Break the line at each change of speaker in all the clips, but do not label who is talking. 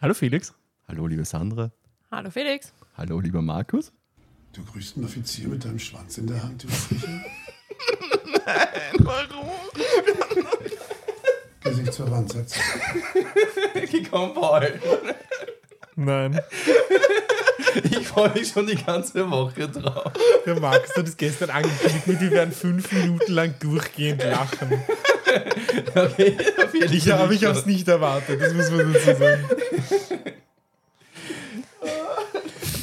Hallo Felix.
Hallo, liebe Sandra.
Hallo Felix.
Hallo, lieber Markus.
Du grüßt einen Offizier mit deinem Schwanz in der Hand, du Sicher?
Warum?
Gesicht zur Wand setzen.
Gekommen,
Nein.
Ich freue mich schon die ganze Woche drauf.
Der Markus hat es gestern angekündigt mit, wir werden fünf Minuten lang durchgehend lachen.
Okay, auf jeden
Ich, aber ich habe es nicht erwartet, das muss man dazu sagen.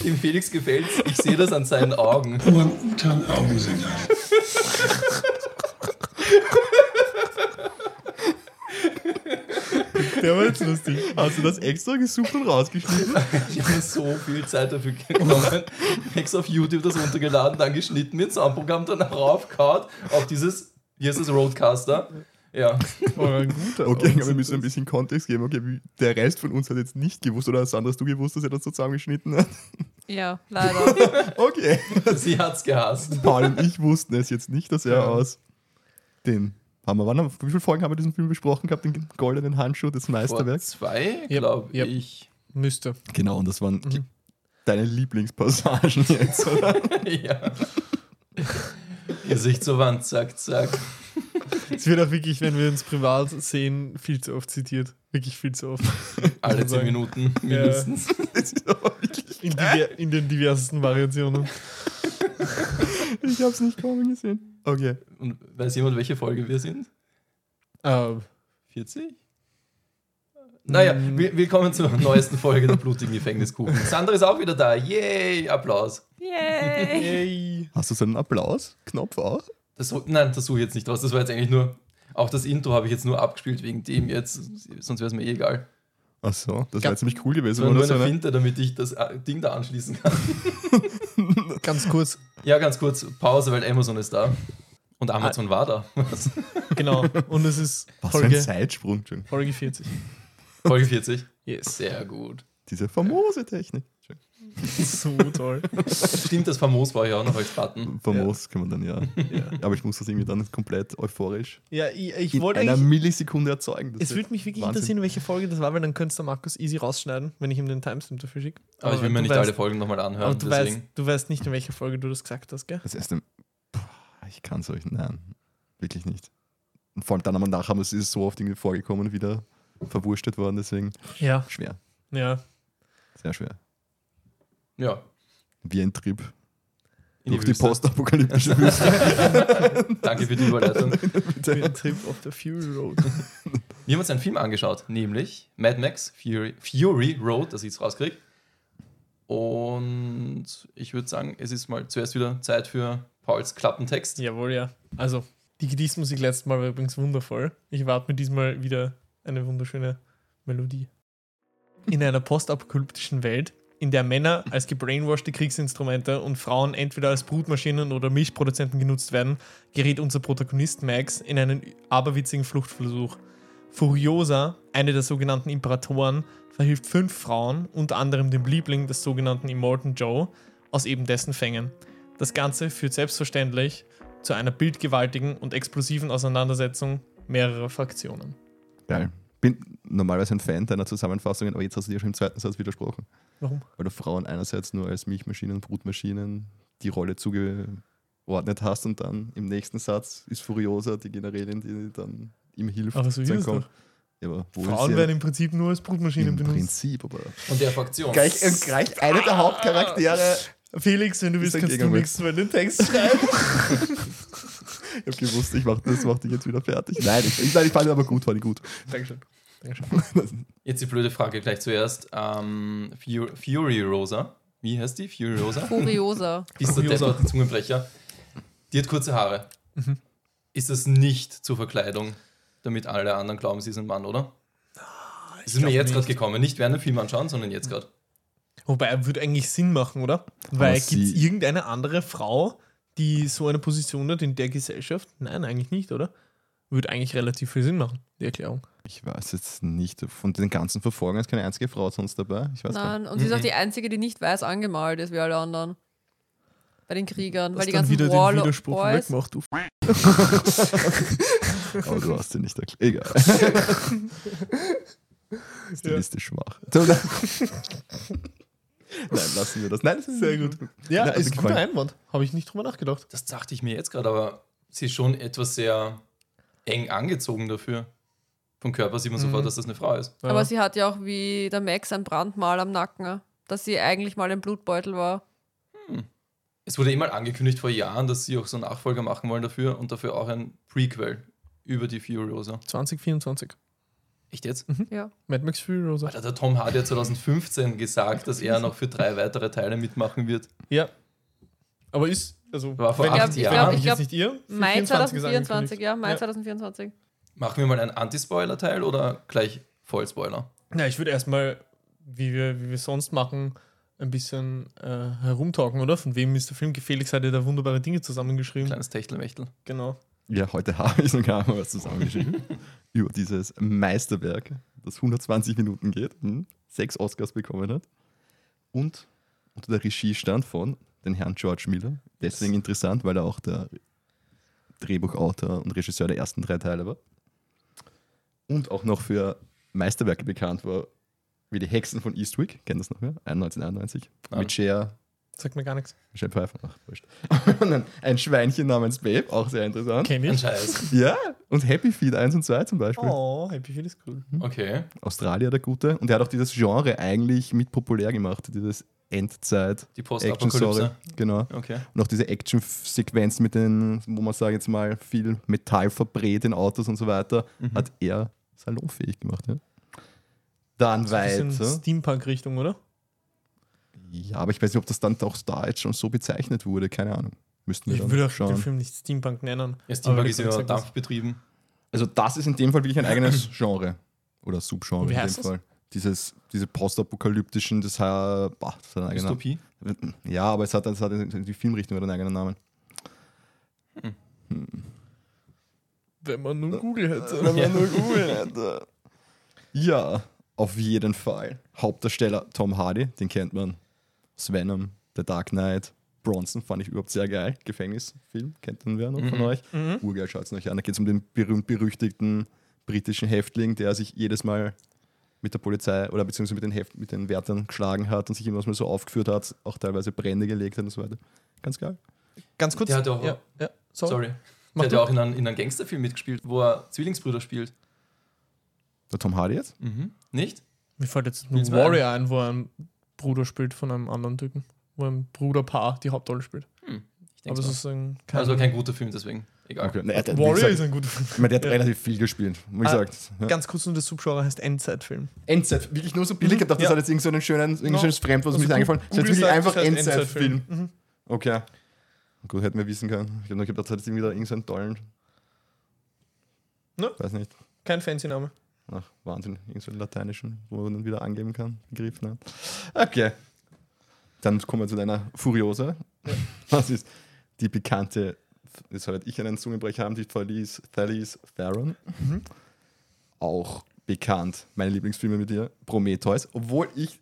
Dem Felix gefällt Ich sehe das an seinen Augen.
Orang-Utan-Augensignal.
Der war jetzt lustig.
Hast du das extra gesucht und rausgeschnitten? Ich habe mir so viel Zeit dafür genommen. Extra auf YouTube das runtergeladen, dann geschnitten, mir ins Soundprogramm danach raufgehauen. Auf dieses, hier ist das Roadcaster. Ja.
War ein guter.
Okay, aber wir müssen ein bisschen Kontext geben. Okay, wie- der Rest von uns hat jetzt nicht gewusst, oder Sandra, hast du gewusst, dass er das so zusammengeschnitten hat?
Ja, leider.
Okay.
Sie hat's gehasst.
Paul und ich wussten es jetzt nicht, dass er aus den. Haben wir, wann haben, wie viele Folgen haben wir diesen Film besprochen gehabt? Den goldenen Handschuh, das
Vor
Meisterwerk?
zwei,
Yep,
glaube
yep.
ich.
Müsste.
Genau, und das waren die- deine Lieblingspassagen jetzt, oder?
Ja. Gesicht zur Wand, zack, zack.
Es wird auch wirklich, wenn wir uns privat sehen, viel zu oft zitiert. Wirklich viel zu oft.
Alle
Muss
zehn
man sagen.
Minuten mindestens.
Das ist aber wirklich,
In, diver in den diversesten Variationen.
ich hab's nicht kommen gesehen. Okay.
Und weiß jemand, welche Folge wir sind?
Äh,
40? Naja,
Mm.
wi- willkommen zur neuesten Folge der blutigen Gefängniskuchen. Sandra ist auch wieder da. Yay, Applaus.
Yay.
yay.
Hast du so einen Applaus-Knopf auch?
Das, so- nein, das suche ich jetzt nicht raus. Das war jetzt eigentlich nur. Auch das Intro habe ich jetzt nur abgespielt wegen dem jetzt, sonst wäre es mir eh egal.
Ach so, das
Ja.
wäre ziemlich cool
Das
gewesen.
war nur
Oder so
eine
eine,
Finte, damit ich das äh, Ding da anschließen kann.
Ganz kurz,
Ja, ganz kurz, Pause, weil Amazon ist da. Und
Ah.
Amazon war da.
genau. Und es ist
was für ein
Folge,
Zeitsprung, Entschuldigung.
Folge 40.
Folge 40.
Yes.
Sehr gut.
Diese famose Technik. Entschuldigung.
So toll.
Stimmt, das Famos war ja auch noch als Button.
Famos kann man dann ja. Aber ich muss das irgendwie dann komplett euphorisch
Ja, ich, ich
in
wollte
einer
eigentlich.
Millisekunde erzeugen. Das
Es würde mich wirklich
Wahnsinn.
interessieren, welche Folge das war, weil dann könntest du Markus easy rausschneiden, wenn ich ihm den Timestamp dafür schicke.
Aber, ich will mir
du
nicht
weißt,
alle Folgen nochmal anhören.
Aber du weißt,
deswegen.
du weißt nicht, in welcher Folge du das gesagt hast, gell?
Das erste. Puh, Ich kann es euch. Nein, wirklich nicht. Und vor allem dann einmal nachher, es ist so oft irgendwie vorgekommen, wieder verwurstet worden, deswegen
Ja.
schwer.
Ja.
Sehr schwer.
Ja.
Wie ein Trip
in
durch die
Wüste.
postapokalyptische Wüste.
Danke für die Überleitung.
Wie ein Trip auf der Fury Road.
Wir haben uns einen Film angeschaut, nämlich Mad Max Fury, Fury Road, dass ich es rauskriege. Und ich würde sagen, es ist mal zuerst wieder Zeit für Pauls Klappentext.
Jawohl, ja. Also, die Gedichtmusik letztes Mal war übrigens wundervoll. Ich erwarte mir diesmal wieder eine wunderschöne Melodie. In einer postapokalyptischen Welt, in der Männer als gebrainwashte Kriegsinstrumente und Frauen entweder als Brutmaschinen oder Milchproduzenten genutzt werden, gerät unser Protagonist Max in einen aberwitzigen Fluchtversuch. Furiosa, eine der sogenannten Imperatoren, verhilft fünf Frauen, unter anderem dem Liebling des sogenannten Immortan Joe, aus eben dessen Fängen. Das Ganze führt selbstverständlich zu einer bildgewaltigen und explosiven Auseinandersetzung mehrerer Fraktionen.
Geil. Bin normalerweise ein Fan deiner Zusammenfassungen, aber jetzt hast du dir schon im zweiten Satz widersprochen.
Warum?
weil du Frauen einerseits nur als Milchmaschinen, Brutmaschinen die Rolle zugeordnet hast und dann im nächsten Satz ist Furiosa die Generälin, die dann ihm hilft.
Aber so ist
sein
es
Kom-
doch.
Ja, aber wo ist
Frauen
sie
werden im Prinzip nur als Brutmaschinen
im
benutzt.
Prinzip, aber
Und der Fraktion.
gleich, und gleich eine der Hauptcharaktere.
Felix, wenn du willst,
sag
kannst du
irgendwas.
nächstes Mal den Text schreiben.
Ich habe gewusst, ich mach, das macht dich jetzt wieder fertig. Nein, ich, ich, nein, ich fand ihn aber gut, fand ihn gut.
Dankeschön. Dankeschön.
Jetzt die blöde Frage gleich zuerst. Ähm, Fury, Fury Rosa. Wie heißt die? Fury Rosa?
Furiosa.
Die ist der
Furiosa.
depperte Zungenbrecher. Die hat kurze Haare.
Mhm.
Ist das nicht zur Verkleidung, damit alle anderen glauben, sie ist ein Mann, oder? Das ist mir
Ah, glaub
jetzt gerade
nicht. Mhm.
gekommen. Nicht während dem Film anschauen, sondern jetzt gerade.
Wobei, würde eigentlich Sinn machen, oder? Weil gibt es
sie-
irgendeine andere Frau, die so eine Position hat in der Gesellschaft? Nein, eigentlich nicht, oder? Würde eigentlich relativ viel Sinn machen, die Erklärung.
Ich weiß jetzt nicht, von den ganzen Verfolgern ist keine einzige Frau sonst dabei. Ich weiß gar nicht.
Nein, und sie
Mhm.
ist auch die Einzige, die nicht weiß angemalt ist, wie alle anderen. Bei den Kriegern. Weil die
dann
ganzen
wieder den
Warlo-
Widerspruch
Boys,
wegmacht, du
Aber du hast sie nicht erklärt. Egal. Stilistisch schwach. So, nein. nein, lassen wir das. Nein, das ist
Sehr gut. Ja,
Na, hat mir
ist ein guter
gefallen.
Einwand. Habe ich nicht drüber nachgedacht.
Das dachte ich mir jetzt gerade, aber sie ist schon etwas sehr eng angezogen dafür. Vom Körper sieht man
Mhm.
sofort, dass das eine Frau ist.
Ja.
Aber sie hat ja auch wie der Max ein Brandmal am Nacken, dass sie eigentlich mal ein Blutbeutel war.
Es wurde immer angekündigt vor Jahren, dass sie auch so einen Nachfolger machen wollen dafür und dafür auch ein Prequel über die Furiosa.
2024.
Echt jetzt?
Mhm.
Ja.
Mad Max Fury Rosa.
Alter, der Tom Hardy hat 2015 gesagt, dass er noch für drei weitere Teile mitmachen wird.
Ja. Aber ist, also,
War vor
wenn-
acht
ich
Jahren.
glaube, ich
Ich glaub,
glaube, nicht ihr. für
Mai
24 ist
2024, ja, Mai
Ja.
2024.
Machen wir mal einen Anti-Spoiler-Teil oder gleich Voll-Spoiler?
Na, ich würde erstmal, wie wir, wie wir sonst machen, ein bisschen äh, herumtalken, oder? Von wem ist der Film? Felix hat ja da wunderbare Dinge zusammengeschrieben.
Kleines Techtelmechtel.
Genau.
Ja, heute habe ich sogar mal was zusammengeschrieben über dieses Meisterwerk, das 120 Minuten geht, hm, sechs Oscars bekommen hat und unter der Regie stand von den Herrn George Miller. Deswegen interessant, weil er auch der Drehbuchautor und Regisseur der ersten drei Teile war. Und auch noch für Meisterwerke bekannt war, wie die Hexen von Eastwick, kennt das noch mehr? 1991.
Nein.
Mit Cher,
Sagt mir gar nichts.
Michelle Pfeiffer, ach, wurscht. Und dann ein Schweinchen namens Babe, auch sehr interessant.
Kenn
Ein
ich.
Scheiß.
Ja, und Happy Feet 1 und 2 zum Beispiel.
Oh, Happy Feet ist cool.
Okay.
Australier, der Gute. Und er hat auch dieses Genre eigentlich mit populär gemacht, dieses Endzeit.
Die
Action-Story.
Postapokalypse.
Genau.
Okay.
Und auch diese Action-Sequenz mit den, wo man sagen jetzt mal, viel Metall verbrät in Autos und so weiter,
Mhm.
hat er salonfähig gemacht. Ja. Dann weiter.
Steampunk-Richtung, oder?
Ja, aber ich weiß nicht, ob das dann auch da jetzt schon so bezeichnet wurde. Keine Ahnung. Müssten wir
Ich
dann
würde auch den
schauen.
Film nicht Steampunk nennen.
Ja, Steampunk
Aber
ist
wie du
ja
gesagt hast.
dampfbetrieben.
Also das ist in dem Fall wirklich ein eigenes Genre oder Subgenre
Wie
in
heißt
dem
das?
Fall. Dieses, diese postapokalyptischen, das, ha- bah, das hat einen eigenen
Dystopie.
Namen. Ja, aber es hat, es hat die Filmrichtung hat einen eigenen Namen.
Wenn man nur Google hätte.
Wenn man nur googeln hätte. Ja, auf jeden Fall. Hauptdarsteller Tom Hardy, den kennt man. aus Venom, The Dark Knight, Bronson fand ich überhaupt sehr geil. Gefängnisfilm, kennt den wer noch
Mhm.
von euch? Urgeil, schaut es euch an. Da geht es um den berühmt-berüchtigten britischen Häftling, der sich jedes Mal mit der Polizei oder beziehungsweise mit den, Heft, mit den Wärtern geschlagen hat und sich immer mal so aufgeführt hat, auch teilweise Brände gelegt hat und so weiter. Ganz geil.
Ganz kurz.
Der hat ja auch-
ja, ja, sorry.
Sorry. Der
Mach
hat
du.
ja auch in einem, in einem Gangsterfilm mitgespielt, wo er Zwillingsbrüder spielt.
Der Tom Hardy jetzt?
Nicht?
Mir fällt jetzt nur
Willst du mal
Warrior ein, wo er einen Bruder spielt von einem anderen Typen. Wo ein Bruderpaar die Hauptrolle spielt.
Ich
Aber
denke
es
so.
ist ein kein
Also kein guter Film, deswegen. Egal.
Okay. Na, er hat- wie
Warrior
gesagt,
ist ein guter Film.
ich meine, der hat
Ja.
relativ viel gespielt. Wie
Ah,
gesagt. ja.
Ganz kurz nur das Subgenre heißt Endzeitfilm.
Endzeit, wirklich nur so billig. Ich hab gedacht, das
Mhm. Ja.
hat jetzt irgend so einen schönen, irgendein
No.
schönes Fremdwort, was mir
Also
nicht eingefallen ist. Das heißt
Google
wirklich
sagt,
einfach
das heißt Mhm.
Endzeitfilm.
Endzeitfilm.
Okay. Gut, hätten wir wissen können. Ich hab noch gedacht, das hat jetzt irgendwie da irgendeinen tollen.
Ne?
Weiß nicht.
Kein fancy Name.
Ach, Wahnsinn. Irgendeinen lateinischen, wo man dann wieder angeben kann. Begriff, ne? Okay. Dann kommen wir zu deiner Furiose. Das ist die bekannte, jetzt werde ich einen Zungenbrecher haben, die Thalys, Thalys Theron. Auch bekannt, meine Lieblingsfilme mit dir, Prometheus. Obwohl ich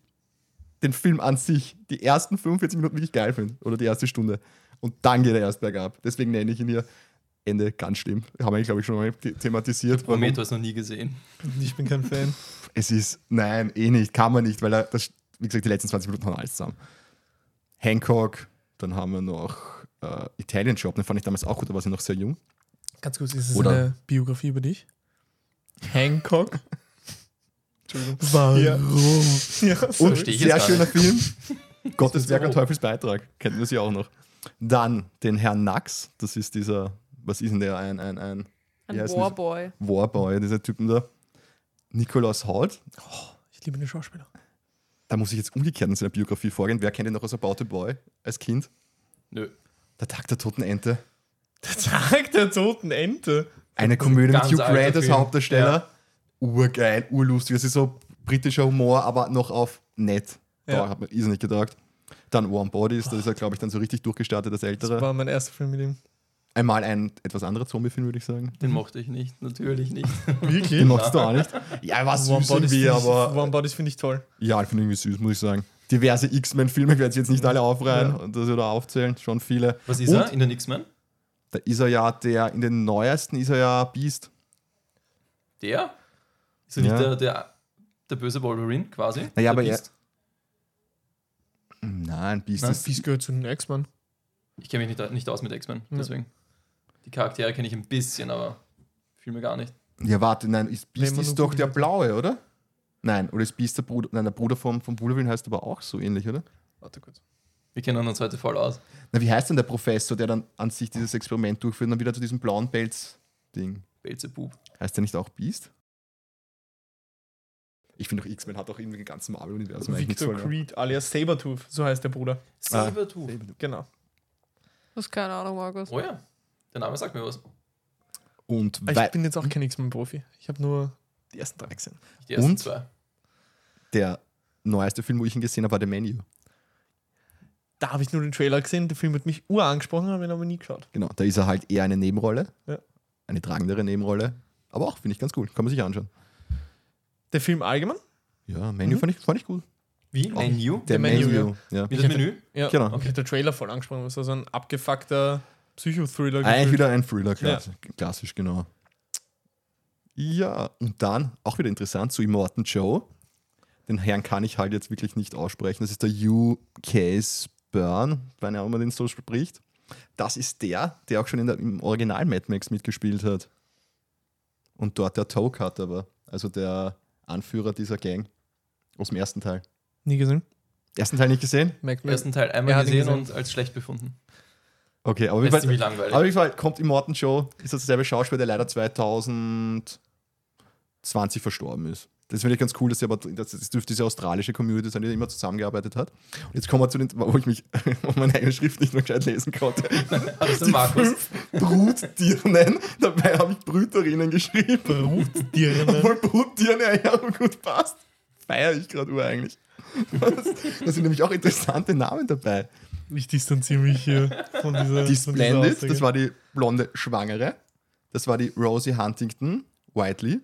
den Film an sich, die ersten 45 Minuten wirklich geil finde. Oder die erste Stunde. Und dann geht er erst bergab. Deswegen nenne ich ihn hier Ende ganz schlimm. Haben wir, glaube ich, schon mal the- thematisiert. Warum?
Prometheus noch nie gesehen.
Ich bin kein Fan.
Es ist, nein, eh nicht, kann man nicht, weil er, das, wie gesagt, die letzten 20 Minuten haben alles zusammen. Hancock, dann haben wir noch äh, Italian Job, den fand ich damals auch gut, da war sie noch sehr jung.
Ganz kurz, ist es
Oder-
eine Biografie über dich? Hancock? Warum? Ja, sorry.
Und
verstehe ich
sehr
jetzt gar
schöner Film. Gottes
so
Werk und
hoch.
Teufels Beitrag, kennen wir sie auch noch. Dann den Herrn Nax, das ist dieser, was ist denn der, ein, ein, ein
Ein
Ja, es ist-
Warboy.
Warboy, dieser Typen da. Nikolaus Holt,
ich liebe den Schauspieler.
da muss ich jetzt umgekehrt in seiner Biografie vorgehen. Wer kennt ihn noch aus About a Boy als Kind?
Nö.
Der Tag der Toten Ente.
Der Tag der toten Ente.
Eine Komödie mit
ganz
Hugh
alter
Grant als
Film.
Hauptdarsteller.
Ja.
Urgeil, urlustig. Das ist so britischer Humor, aber noch auf nett.
Ja.
Da hat man irrsinnig gedacht. Dann Warm Bodies, da ist er, glaube ich, dann so richtig durchgestartet, das
Das
Ältere.
war mein erster Film mit ihm.
Einmal ein etwas anderer Zombie-Film, würde ich sagen.
Mhm.
Den mochte ich nicht. Natürlich nicht.
Den
Wirklich?
magst du auch nicht. Ja, er war
Warm
süß
Bodies
irgendwie,
finde ich,
aber...
Warm Bodies finde ich toll.
Ja, ich finde irgendwie süß, muss ich sagen. Diverse X-Men-Filme, ich werde sie jetzt nicht alle aufreihen und das oder aufzählen, schon viele.
Was ist
und
er in den X-Men?
Da ist er ja der, in den neuesten ist er ja Beast.
Der? Ist er nicht
Ja.
der, der, der böse Wolverine quasi.
Naja,
der
aber er-
Beast.
Nein, Beast
Na?
ist.
Beast gehört zu den X-Men.
Ich kenne mich nicht, nicht aus mit X-Men,
Ja.
deswegen. Die Charaktere kenne ich ein bisschen, aber viel mehr gar nicht.
Ja, warte, nein, ist Beast
Wenn man
ist
nur
doch der
googelt.
Blaue, oder? Nein, oder ist Beast der Bruder? Nein, der Bruder vom, vom Wolverine heißt aber auch so ähnlich, oder?
Warte kurz.
Wir kennen uns heute voll aus.
Na, wie heißt denn der Professor, der dann an sich dieses Experiment durchführt und dann wieder zu diesem blauen Pelz-Ding?
Belzebub.
Heißt der nicht auch Beast? Ich finde doch, X-Men hat auch irgendwie den ganzen Marvel-Universum eigentlich
Also Victor
verloren.
Creed alias Sabertooth, so heißt der Bruder.
Sabertooth.
Genau.
Du hast keine Ahnung, Markus.
Oh ja, der Name sagt mir was.
Und
Aber Ah, Ich
wei-
bin jetzt auch kein X-Men-Profi. Ich habe nur die ersten drei gesehen.
Die ersten
Und?
zwei.
der neueste Film, wo ich ihn gesehen habe, war The Menu.
Da habe ich nur den Trailer gesehen, der Film hat mich urangesprochen, habe ihn aber nie geschaut.
Genau, da ist er halt eher eine Nebenrolle.
Ja.
Eine tragendere Nebenrolle. Aber auch, finde ich ganz cool. Kann man sich anschauen.
Der Film allgemein?
Ja,
Mhm.
Menu fand, ich, fand ich gut.
Wie? Menu?
Der,
Menu,
ja.
Wie das Menü?
Ja,
Genau.
Mich hat der Trailer voll angesprochen, was so ein abgefuckter Psychothriller
Ah, Eigentlich
gefühlt.
wieder ein Thriller, klass klassisch, genau. Ja, und dann, auch wieder interessant, zu Immortan Joe. Den Herrn kann ich halt jetzt wirklich nicht aussprechen. Das ist der Hugh Case Byrne, wenn er immer den so spricht. Das ist der, der auch schon in der, im Original Mad Max mitgespielt hat. Und dort der Toe Cutter war. Also der Anführer dieser Gang. Aus dem ersten Teil.
Nie gesehen.
Ersten Teil nicht gesehen?
Merkt
Den
man.
ersten Teil einmal
Er hat ihn
gesehen
gesehen.
und als schlecht befunden.
Okay, aber
Das
wie
ist
weit,
ziemlich langweilig.
Aber wie gesagt, kommt im Morton Show, ist das derselbe Schauspieler, der leider 2020 verstorben ist. Das finde ich ganz cool, dass sie aber, das, das dürfte diese australische Community sein, die immer zusammengearbeitet hat. Und jetzt kommen wir zu den, wo ich mich, wo meine eigene Schrift nicht mehr gescheit lesen konnte.
Ah, das ist der Markus.
Brutdirnen, dabei habe ich Brüterinnen geschrieben.
Brutdirne.
Obwohl Brutdirne ja gut passt. Feier ich gerade ur eigentlich. Da sind nämlich auch interessante Namen dabei.
Ich distanziere mich hier von dieser.
Die
von dieser
Splendid,
Aussage.
das war die blonde Schwangere. Das war die Rosie Huntington Whiteley.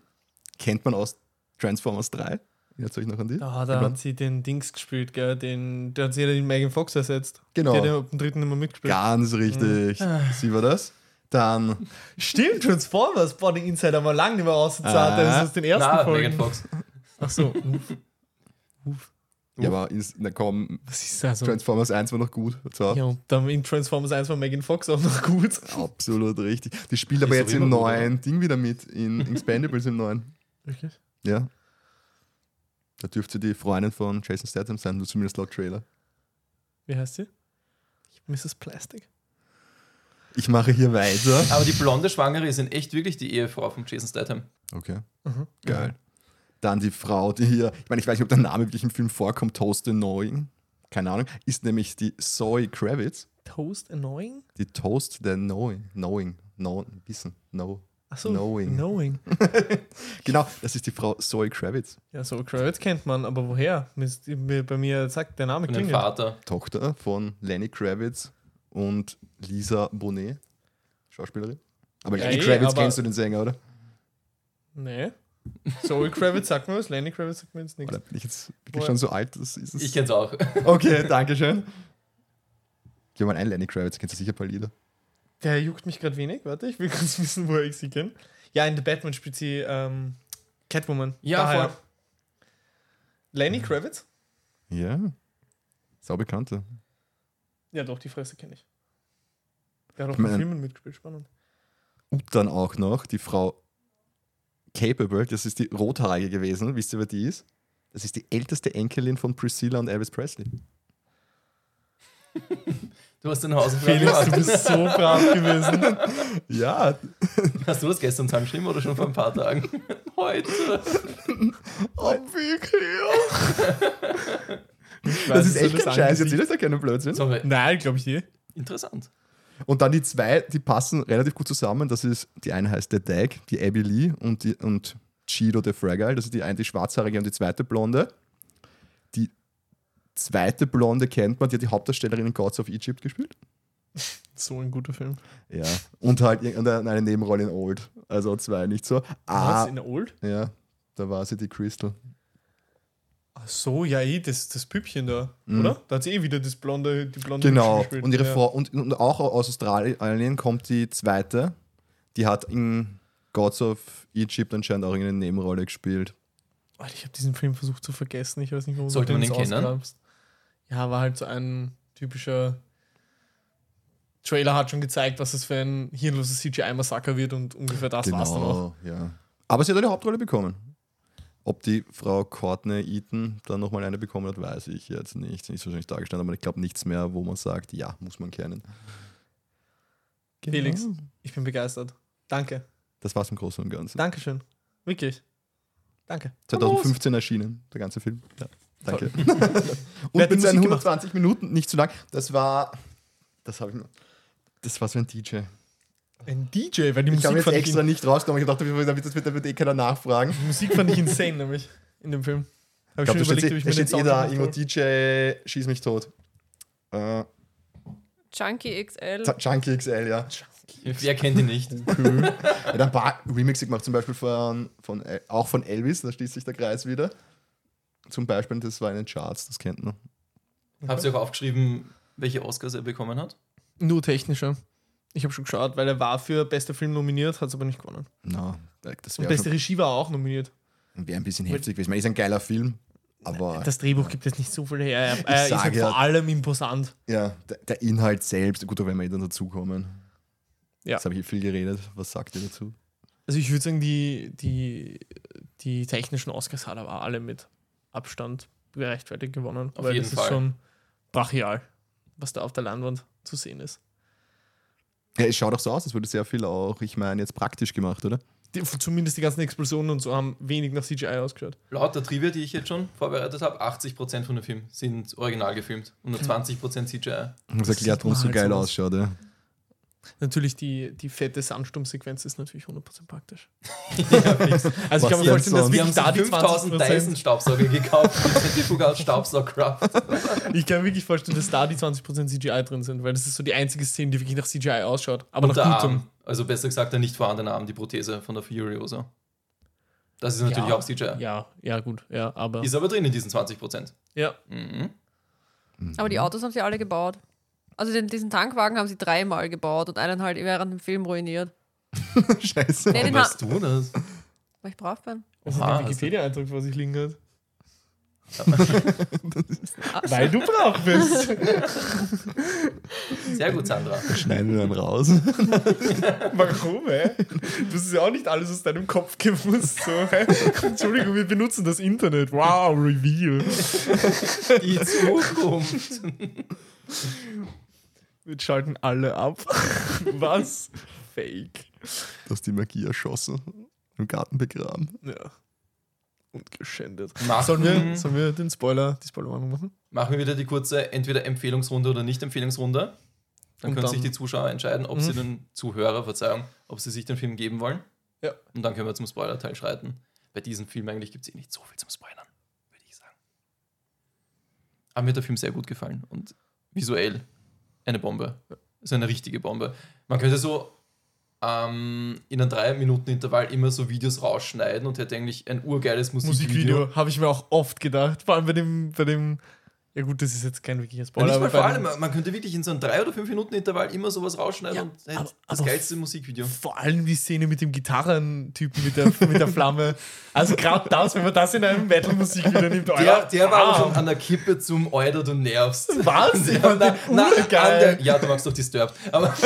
Kennt man aus Transformers 3. Erinnert euch noch an die?
Ah, da hat sie den Dings gespielt, gell? Den, der hat sie ja den Megan Fox ersetzt.
Genau.
Der hat ja ab dem dritten immer mitgespielt.
Ganz richtig. Sie war das. Dann,
Stimmt, Transformers, boah, den Insider mal lang nicht mehr ausgezahlt,
Ah.
das ist aus den ersten
Na,
Folgen.
Megan Fox.
Ach so, uff. uff.
ja, aber ins, na komm,
Was ist das? Also?
Transformers 1 war noch gut. Das war
Ja, und dann in Transformers 1 war Megan Fox auch noch gut.
absolut richtig. Die spielt aber
ist
jetzt
doch
im
immer gut,
neuen Ding wieder mit, in Expendables im neuen.
Wirklich?
Ja. Da dürfte die Freundin von Jason Statham sein, zumindest laut Trailer.
Wie heißt sie? Mrs. Plastic.
Ich mache hier weiter.
Aber die blonde Schwangere ist in echt wirklich die Ehefrau von Jason Statham.
Okay.
Mhm.
Geil. Dann die Frau, die hier, ich meine, ich weiß nicht, ob der Name wirklich im Film vorkommt, Toast Annoying, keine Ahnung, ist nämlich die Zoe Kravitz,
Toast Annoying?
die Toast der Knowing, Knowing, know, Wissen, Know.
Achso,
Knowing.
Knowing.
Genau, das ist die Frau Zoe Kravitz,
Ja, so Kravitz kennt man, aber woher? Mir ist- mir- Bei mir sagt der Name
Von dem
klingelt.
Vater.
Tochter von Lenny Kravitz und Lisa Bonet, Schauspielerin. Aber
Ja,
Lenny
eh,
Kravitz
aber-
kennst du den Sänger, oder?
Nee. Zoe Kravitz sagt mir was, Lenny Kravitz sagt mir jetzt nichts.
Oder bin ich jetzt wirklich
Woher-
schon so alt? Das ist es.
Ich kenn's auch.
okay, danke schön. Geh mal ein, Lenny Kravitz, kennst du sicher ein paar Lieder.
Der juckt mich gerade wenig, warte, ich will kurz wissen, woher ich sie kenne. Ja, in The Batman spielt sie ähm, Catwoman.
Ja,
Daher.
voll.
Lenny Kravitz?
Ja, sau bekannte.
Ja, doch, die Fresse kenne ich. Der hat auch
Ich
in
mein-
Filmen mitgespielt, spannend.
Und dann auch noch die Frau Capable, das ist die Rothaarige gewesen, wisst ihr, wer die ist? Das ist die älteste Enkelin von Priscilla und Elvis Presley.
Du hast den Hausaufgaben
Felix, du
gemacht.
bist so brav gewesen.
Ja,
Hast du das gestern zusammengeschrieben oder schon vor ein paar Tagen? Heute.
Oh,
Ich weiß
das ist
nicht,
echt
so
kein Scheiß, jetzt
Angesicht-
ist ja keinen Blödsinn.
Sorry.
Nein, glaube ich dir.
Interessant.
Und dann die zwei, die passen relativ gut zusammen. Das ist, die eine heißt The Dag, die Abby Lee und, die, und Cheeto the Fragile. Das ist die eine, die schwarzhaarige und die zweite Blonde. Die zweite Blonde kennt man, die hat die Hauptdarstellerin in Gods of Egypt gespielt.
So ein guter Film.
Ja. Und halt irgendeine eine Nebenrolle in Old. Also zwei nicht so. Ah,
Was, in der Old?
ja, da war sie die Crystal.
Ach so, ja, eh, das, das Püppchen da, oder? Da hat sie eh wieder das blonde, die blonde
Mhm. Genau.
Hübsche gespielt.
Und ihre
ja.
Frau, und, und auch aus Australien kommt die zweite. Die hat in Gods of Egypt anscheinend auch irgendeine Nebenrolle gespielt.
Alter, ich habe diesen Film versucht zu vergessen. Ich weiß nicht, warum
Sollte
du
man ihn
jetzt
kennen?
ausgrabst. Ja, war halt so ein typischer Trailer hat schon gezeigt, was es für ein hirnloses CGI-Massaker wird und ungefähr das war's
Genau.
dann auch.
Genau, ja. Aber sie hat eine Hauptrolle bekommen. Ob die Frau Courtney Eaton dann nochmal eine bekommen hat, weiß ich jetzt nicht. Sie ist wahrscheinlich dargestellt, aber ich glaube nichts mehr, wo man sagt, ja, muss man kennen.
Felix.
Genau.
Ich bin begeistert. Danke.
Das war's im Großen und Ganzen.
Dankeschön. Wirklich. Danke.
2015 erschienen, der ganze Film. Ja, danke.
Wer
Und
hat die
mit seinen
Musik gemacht?
120 Minuten, nicht zu lang. Das war. Das habe ich noch. Das war so ein DJ.
Ein DJ, weil die
Ich habe
Musik
jetzt
fand ich,
extra nicht rausgenommen. Ich dachte, damit das wird, da wird eh keiner nachfragen.
die Musik fand ich insane, nämlich in dem Film. Habe
Ich glaube, da steht, da steht eh da
Soundtrack
irgendwo
hol.
DJ, schieß mich tot. Äh,
Chunky XL.
Z- Junkie XL, ja.
Wer kennt ihn nicht?
Cool. er hat ein paar Remixe gemacht, zum Beispiel von, von, El- auch von Elvis, da schließt sich der Kreis wieder. Zum Beispiel, das war in den Charts, das kennt man.
Habt ihr auch aufgeschrieben, welche Oscars er bekommen hat?
Nur technischer. Ich habe schon geschaut, weil er war für bester Film nominiert, hat es aber nicht gewonnen.
Na, das
Und
wäre
beste Regie war er auch nominiert.
wär ein bisschen heftig gewesen. Ich meine, ist ein geiler Film,
Äh,
aber
Das Drehbuch gibt jetzt nicht so viel her. Er, er ist
sage
halt
ja-
vor allem imposant.
ja, der, der Inhalt selbst, gut, aber wenn wir eh dann dazukommen.
Ja.
Jetzt habe ich viel geredet. Was sagt ihr dazu?
Also ich würde sagen, die, die, die technischen Oscars hat er aber alle mit Abstand gerechtfertigt gewonnen.
Auf
weil
jeden
das ist
Fall.
schon brachial, was da auf der Leinwand zu sehen ist.
Ja, es schaut auch so aus, es wurde sehr viel auch, ich meine, jetzt praktisch gemacht, oder?
Die, zumindest die ganzen Explosionen und so haben wenig nach CGI ausgehört.
Laut der Trivia, die ich jetzt schon vorbereitet habe, 80% von dem Film sind original gefilmt und
Hm.
nur 20% CGI.
Und das
Das
erklärt,
sieht
warum
man
es so
halt
geil
sowas.
ausschaut, ja.
Natürlich die, die fette Sandsturmsequenz ist natürlich 100% praktisch.
Was
also ich kann
denn
mir vorstellen, dass
sonst?
Wir haben
wirklich
sich
da die
5000 Dyson
20%
Staubsauger gekauft mit die Fugas Staubsaugkraft.
ich kann mir wirklich vorstellen, dass da die 20% CGI drin sind, weil das ist so die einzige Szene, die wirklich nach CGI ausschaut. Aber
Und der
nach gutem.
Arm, also besser gesagt der nicht vorhandene Arm, die Prothese von der Furiosa. Das ist natürlich
Ja.
auch CGI.
Ja, ja gut, ja, aber
Ist aber drin in diesen 20%.
ja,
Mhm.
Aber die Autos haben sie alle gebaut. Also den, diesen Tankwagen haben sie dreimal gebaut und einen halt während dem Film ruiniert.
Scheiße.
Nee, den ha-
Weißt du das?
weil ich brav bin.
das ist
Oha,
der Wikipedia-Eintrag, was ich liegen hat.
Ah,
Weil du brav bist.
Sehr gut, Sandra.
Schneiden wir dann raus.
Warum, ey? Das ist ja auch nicht alles aus deinem Kopf gewusst. So, hä? Entschuldigung, wir benutzen das Internet. Wow, Reveal.
Die Zukunft.
Wir schalten alle ab. Was? Fake.
Dass die Magie erschossen. Im Garten begraben.
Ja. Und geschändet.
Machen-
Sollen wir, sollen wir den Spoiler, die Spoilerwarnung machen?
Machen wir wieder die kurze entweder Empfehlungsrunde oder Nicht-Empfehlungsrunde. Dann
Und
können
dann- Hm.
sich die Zuschauer entscheiden, ob sie den Zuhörer, Verzeihung, ob sie sich den Film geben wollen.
Ja.
Und dann können wir zum Spoiler-Teil schreiten. Bei diesem Film eigentlich gibt es eh nicht so viel zum Spoilern, würde ich sagen. Aber mir hat der Film sehr gut gefallen und visuell eine Bombe. Also eine richtige Bombe. Man könnte so ähm, in einem 3-Minuten-Intervall immer so Videos rausschneiden und hätte eigentlich ein urgeiles Musikvideo.
Musikvideo habe ich mir auch oft gedacht. Vor allem bei dem, bei dem. Ja, gut, das ist jetzt kein wirklicher
Ja,
Spoiler.
nicht mal
aber bei
vor
dem-
allem, ähm, man könnte wirklich in so einem 3- oder 5-Minuten-Intervall immer sowas rausschneiden
Ja,
und hätte
aber-
das
aber-
geilste Musikvideo.
Vor allem die Szene mit dem Gitarrentypen mit der, mit der Flamme. Also gerade das, wenn man das in einem Metal-Musik wieder nimmt.
Der,
Alter, Ah,
der war aber
wow.
schon an der Kippe zum Euder, du nervst.
Was? Ich fand den urgeil.
ja, du magst doch Disturbed. Aber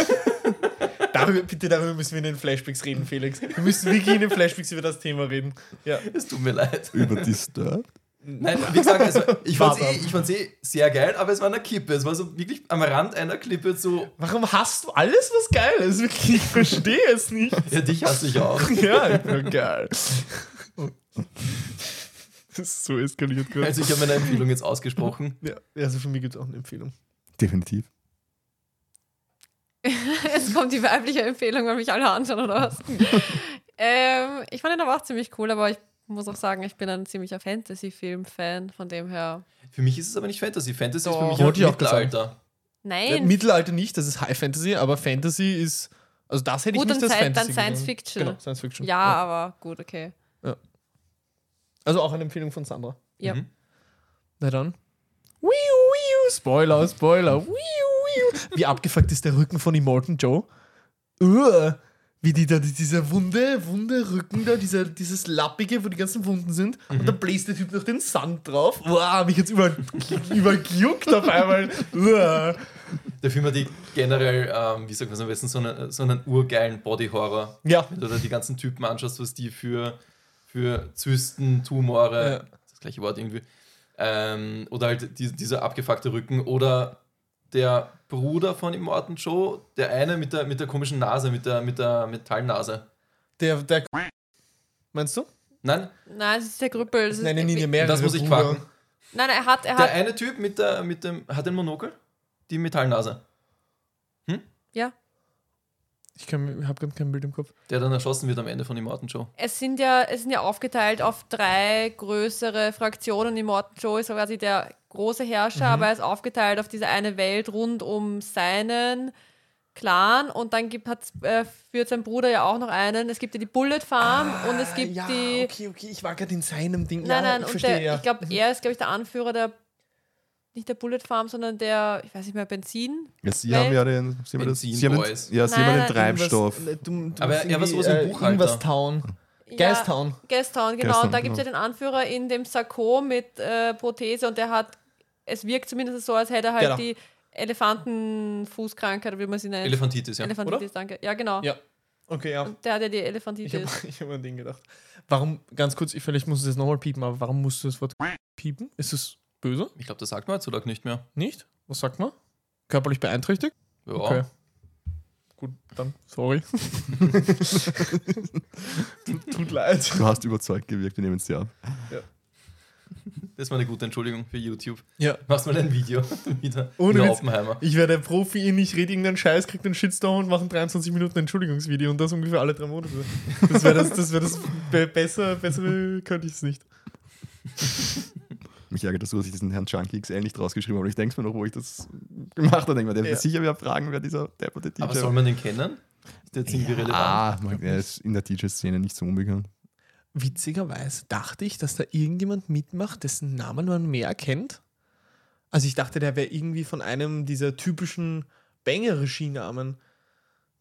Darüber, bitte darüber müssen wir in den Flashbacks reden, Felix. Wir müssen wirklich in den Flashbacks über das Thema reden. Ja.
es tut mir leid.
Über Disturbed?
Nein, wie gesagt, also, ich fand
Warte.
eh, ich fand's eh sehr geil, aber es war an der Kippe. Es war so wirklich am Rand einer Klippe so,
Warum hast du alles, was geil ist? Wirklich, ich verstehe es nicht.
ja, dich hasse ich auch.
Ja, ich bin geil. Das ist so eskaliert gerade.
Also ich habe meine Empfehlung jetzt ausgesprochen.
ja, also für mich gibt es auch eine Empfehlung.
Definitiv.
Jetzt kommt die weibliche Empfehlung, weil mich alle anschauen oder was? ähm, ich fand ihn aber auch ziemlich cool, aber ich muss auch sagen, ich bin ein ziemlicher Fantasy-Film-Fan, von dem her.
Für mich ist es aber nicht Fantasy. Fantasy
Doch.
ist für mich
Wollte ich
auch
auch gerade
Mittelalter.
Äh,
Nein,
Mittelalter nicht, das ist High Fantasy, aber Fantasy ist. Also das hätte
Gut,
ich nicht
dann
als
Sci-
Fantasy
dann Science
genommen.
Fiction.
Genau, Science Fiction.
ja, aber gut, okay.
Also auch eine Empfehlung von Sandra.
Ja.
Mhm.
Na dann. Wiu, wiu, Spoiler, Spoiler. Wiu, wiu. Wie abgefuckt ist der Rücken von Immortan Joe? Uah,
Wie die da die- diese Wunde, Wunde, Rücken da, dieser, dieses Lappige, wo die ganzen Wunden sind. Und
Mhm.
da bläst der Typ noch den Sand drauf. Wow, mich jetzt überall, überall gejuckt auf einmal. Uah.
Der Film hat die generell, ähm, wie sagt man es am besten, so, eine, so einen urgeilen Body-Horror.
Ja.
Wenn du da die ganzen Typen anschaust, was die für, für Zysten, Tumore,
Ja.
das gleiche Wort irgendwie, ähm, oder halt die, dieser abgefuckte Rücken oder der Bruder von Immortan Joe, der eine mit der, mit der komischen Nase, mit der, mit der Metallnase.
Der, der. Meinst du?
Nein,
Nein, es ist der Krüppel. Das ist
Nein, nein, nein, mehrere
das muss ich
Brüder.
quaken.
Nein, er hat, er
Der
hat,
eine Typ mit der, mit dem, hat den Monokel? Die Metallnase.
ja.
Ich habe gerade kein Bild im Kopf.
Der dann erschossen wird am Ende von Immortan Joe.
Es sind ja, es sind ja aufgeteilt auf drei größere Fraktionen. Immortan Joe ist quasi der große Herrscher,
Mhm.
aber er ist aufgeteilt auf diese eine Welt rund um seinen Clan. Und dann gibt, hat, äh, führt sein Bruder ja auch noch einen. Es gibt ja die Bullet Farm und es gibt
Ah,
Ah,
ja,
die.
Okay, okay, ich war gerade in seinem Ding.
Nein,
ja,
nein,
ich
und
verstehe
der,
ja.
ich glaube, er ist, glaube ich, der Anführer der, nicht der Bullet Farm, sondern der, ich weiß nicht mehr, Benzin.
Ja, sie
Weil-
haben ja den, sie haben das, sie haben
Benzin-Boys.
den, ja, sie haben den
Nein,
Treibstoff.
Aber er war sowas wie ein Buchhalter.
Irgendwas Town. Geistown.
Ja,
Town.
Gastown, genau.
Gastown,
und da gibt es ja
genau.
den Anführer in dem Sakko mit äh, Prothese und der hat, es wirkt zumindest so, als hätte er halt
Genau.
die Elefantenfußkrankheit, wie man sie nennt.
Elefantitis, ja.
Elefantitis, danke. Ja, genau.
Ja. Okay, ja.
Der hat ja die
Ich habe
Elefantitis.
ich hab an den gedacht. Warum, ganz kurz, ich, vielleicht muss es jetzt nochmal piepen, aber warum musst du das Wort piepen? Ist es böse?
Ich glaube, das sagt man heutzutage nicht mehr.
Nicht? Was sagt man? Körperlich beeinträchtigt?
Ja.
Okay. Gut, dann sorry. tut, tut leid.
Du hast überzeugt gewirkt, wir nehmen es dir ab.
Das war eine gute Entschuldigung für YouTube.
Ja.
Machst mal ein Video wieder
Ohne
über
Witz.
Oppenheimer.
Ich werde Profi in, ich rede irgendeinen Scheiß, krieg den Shitstorm und mache ein 23 Minuten Entschuldigungsvideo und das ungefähr alle drei Monate. Das wäre das, das, wär das be besser, bessere könnte ich es nicht.
Mich ärgert das so, dass ich diesen Herrn Junkie XL nicht rausgeschrieben habe. Aber Ich denke mir noch, wo ich das gemacht habe. Denk mir, der
Ja.
wird sicher wieder fragen, wer dieser depperte DJ
Aber soll man den kennen? Ist der ziemlich relevant?
Ah, man, er ist in der DJ-Szene nicht so unbekannt.
Witzigerweise dachte ich, dass da irgendjemand mitmacht, dessen Namen man mehr erkennt. Also ich dachte, der wäre irgendwie von einem dieser typischen Banger-Regienamen.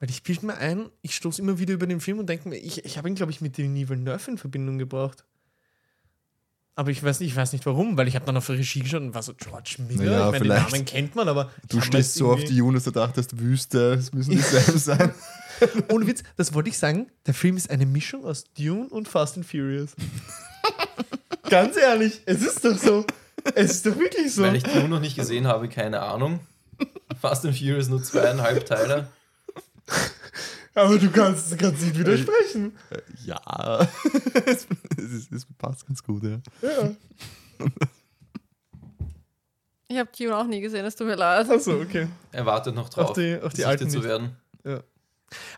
Weil ich bild mir ein, ich stoße immer wieder über den Film und denke mir, ich, ich habe ihn, glaube ich, mit dem Evil Nerf in Verbindung gebracht. Aber ich weiß nicht, ich weiß nicht warum, weil ich habe dann auf Regie geschaut und war so George Miller.
Naja,
ich meine, den
vielleicht.
Namen kennt man, aber. ich
Du
hab mir
stehst
jetzt
so auf
irgendwie-
die Junos, da dachtest, Wüste, es müssen dieselben sein.
Ohne Witz, das wollte ich sagen. Der Film ist eine Mischung aus Dune und Fast and Furious. Ganz ehrlich, es ist doch so. Es ist doch wirklich so.
Weil ich Dune noch nicht gesehen habe, keine Ahnung. Fast and Furious nur zweieinhalb Teile.
Aber du kannst, du kannst nicht widersprechen.
Ja, es, es, es passt ganz gut, ja.
Ja.
Ich habe Dune auch nie gesehen, es tut mir leid.
Achso, okay.
Er wartet noch
Auf
drauf,
die, auf die
sichtig
alten.
zu
Nicht.
werden.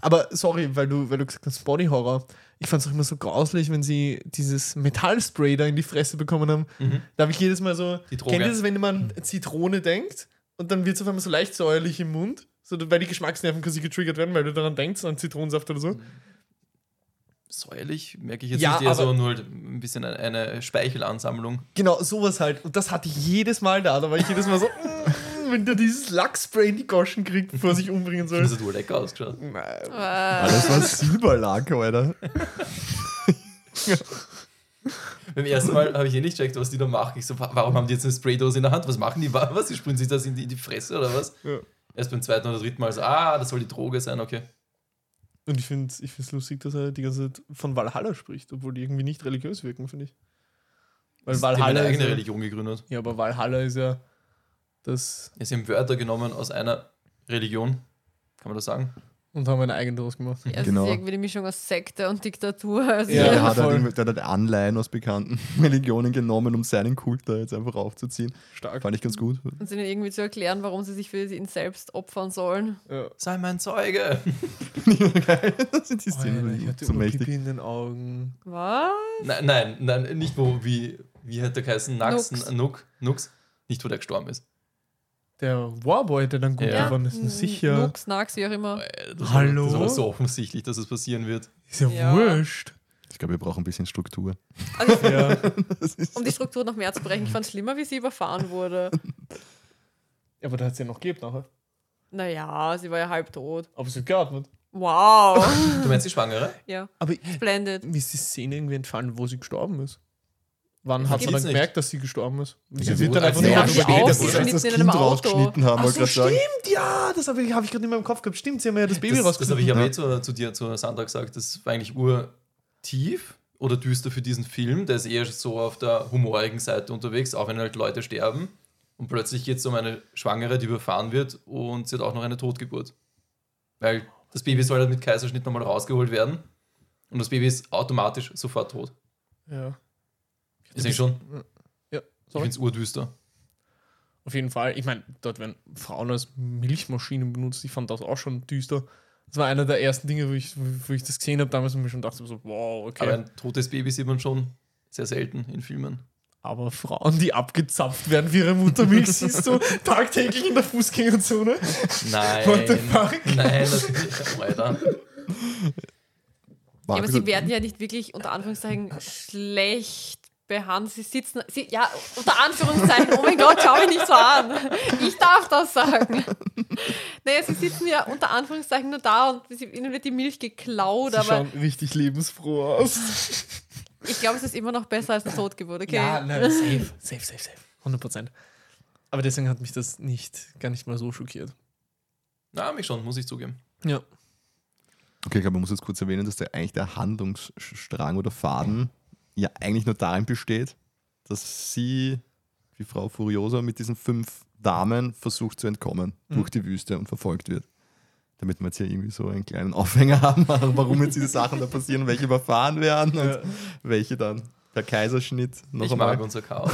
Aber sorry, weil du, weil du gesagt hast, Body Horror. Ich fand es auch immer so grauslich, wenn sie dieses Metallspray da in die Fresse bekommen haben.
Mhm.
Da habe ich jedes Mal so.
Die Droge.
Kennt ihr das, wenn man Zitrone denkt und dann wird es auf einmal so leicht säuerlich im Mund? So, weil die Geschmacksnerven quasi getriggert werden, weil du daran denkst, an Zitronensaft oder
Mhm.
so.
Säuerlich merke ich jetzt
Ja,
nicht, eher
aber-
so nur halt ein bisschen eine- eine Speichelansammlung.
Genau, sowas halt. Und das hatte ich jedes Mal da. Da war ich jedes Mal so, "Mm", wenn der dieses Lachspray in die Goschen kriegt, bevor er sich umbringen soll.
Das hat wohl lecker ausgeschaut.
Nein.
Äh,
Alles war Silberlack, Alter.
Beim ersten Mal habe ich eh nicht checkt, was die da machen. Ich so, wa- warum haben die jetzt eine Spraydose in der Hand? Was machen die? Wa- Was? Die sprühen sich das in die, in die Fresse oder was?
Ja.
Erst beim zweiten oder dritten Mal so, ah, das soll die Droge sein, okay.
Und ich finde es ich find's lustig, dass er die ganze Zeit von Valhalla spricht, obwohl die irgendwie nicht religiös wirken, finde ich. Weil also
Die haben eine
Valhalla ist
eigene
ja,
Religion gegründet.
ja, aber Valhalla ist ja das
Ja, Sie haben Wörter genommen aus einer Religion, kann man das sagen?
und haben eine eigene daraus gemacht.
ja, es
genau.
ist irgendwie die Mischung aus Sekte und Diktatur. Also
Ja,
der, hat
voll.
halt, irgendwie- der hat halt Anleihen aus bekannten Religionen genommen, um seinen Kult da jetzt einfach aufzuziehen.
Stark.
Fand ich ganz
Oh
gut.
Und um sie irgendwie zu erklären, warum sie sich für ihn selbst opfern sollen.
Ja. oh,
Sei mein Zeuge!
das sind die
Alter, ich
Szenen
hatte
die so
immer
mächtig.
Pipi in den Augen.
Was?
nein, nein, nein, nicht wo, wie, wie hat der geheißen? Nax,
Nux.
N- Nux, Nux, nicht wo der gestorben ist.
Der Warboy, der dann gut
Ja.
geworden ist, ist sicher.
Nux, Nax, Hm, wie auch immer.
Äh, Das
Hallo?
War, das war so offensichtlich, dass es passieren wird.
Ist ja,
Ja.
wurscht.
Ich glaube, wir brauchen ein bisschen Struktur.
Also
Ja.
um die Struktur noch mehr zu brechen. Ich fand es schlimmer, wie sie überfahren wurde.
Aber da hat es ja noch gegeben nachher.
Naja, sie war ja halb tot.
Aber sie hat geatmet.
Wow.
Du meinst die Schwangere?
ja,
Aber
splendid.
mir ist die Szene irgendwie entfallen, wo sie gestorben ist. Wann
Das
hat man
gibt's
dann
nicht.
gemerkt, dass sie gestorben ist? Sie
Ja,
wird
so
dann
als
einfach nur
sie
mal
haben Also sie
überredet,
als sie
oder?
das
aufgeschnitten in
Kind
einem Auto.
rausgeschnitten haben,
Ach
wollte
so,
ich gerade sagen.
stimmt, ja, das habe ich, hab ich gerade in meinem Kopf gehabt. Stimmt, sie haben ja das Baby
Das, das habe ich
rausgeschnitten.
aber eh zu, zu dir, zu Sandra gesagt, das war eigentlich urtief oder düster für diesen Film. Der ist eher so auf der humorigen Seite unterwegs, auch wenn halt Leute sterben. Und plötzlich geht es um eine Schwangere, die überfahren wird und sie hat auch noch eine Totgeburt. Weil das Baby soll halt mit Kaiserschnitt nochmal rausgeholt werden und das Baby ist automatisch sofort tot.
Ja.
Ist eigentlich schon,
Ja,
ich
sorry.
finde es urdüster.
Auf jeden Fall. Ich meine, dort werden Frauen als Milchmaschinen benutzt. Ich fand das auch schon düster. Das war einer der ersten Dinge, wo ich, wo ich das gesehen habe damals und mir schon dachte so, wow, okay.
Aber
Aber,
ein totes Baby sieht man schon sehr selten in Filmen.
Frauen, die abgezapft werden wie ihre Muttermilch, siehst du tagtäglich in der Fußgängerzone.
Nein.
What the fuck?
Nein, das ist Alter.
War
Ja, aber
ein
sie
bisschen-
werden ja nicht wirklich unter Anführungszeichen schlecht behandelt. Sie sitzen, sie, ja, unter Anführungszeichen, oh mein Gott, schau mich nicht so an. Ich darf das sagen. Naja, sie sitzen ja unter Anführungszeichen nur da und sie, ihnen wird die Milch geklaut,
Die
aber
schauen richtig lebensfroh aus.
ich glaube, es ist immer noch besser als eine Totgeburt, okay?
Ja, nein, safe, safe, safe, safe. 100%. Aber deswegen hat mich das nicht, gar nicht mal so schockiert.
Na, mich schon, muss ich zugeben.
Ja.
Okay, ich glaube, man muss jetzt kurz erwähnen, dass der eigentlich der Handlungsstrang oder Faden ja eigentlich nur darin besteht, dass sie, die Frau Furiosa, mit diesen fünf Damen versucht zu entkommen
Mhm.
durch die Wüste und verfolgt wird. Damit wir jetzt hier irgendwie so einen kleinen Aufhänger haben, warum jetzt diese Sachen da passieren, welche überfahren werden und welche dann der Kaiserschnitt noch
ich
einmal.
mag unser Chaos.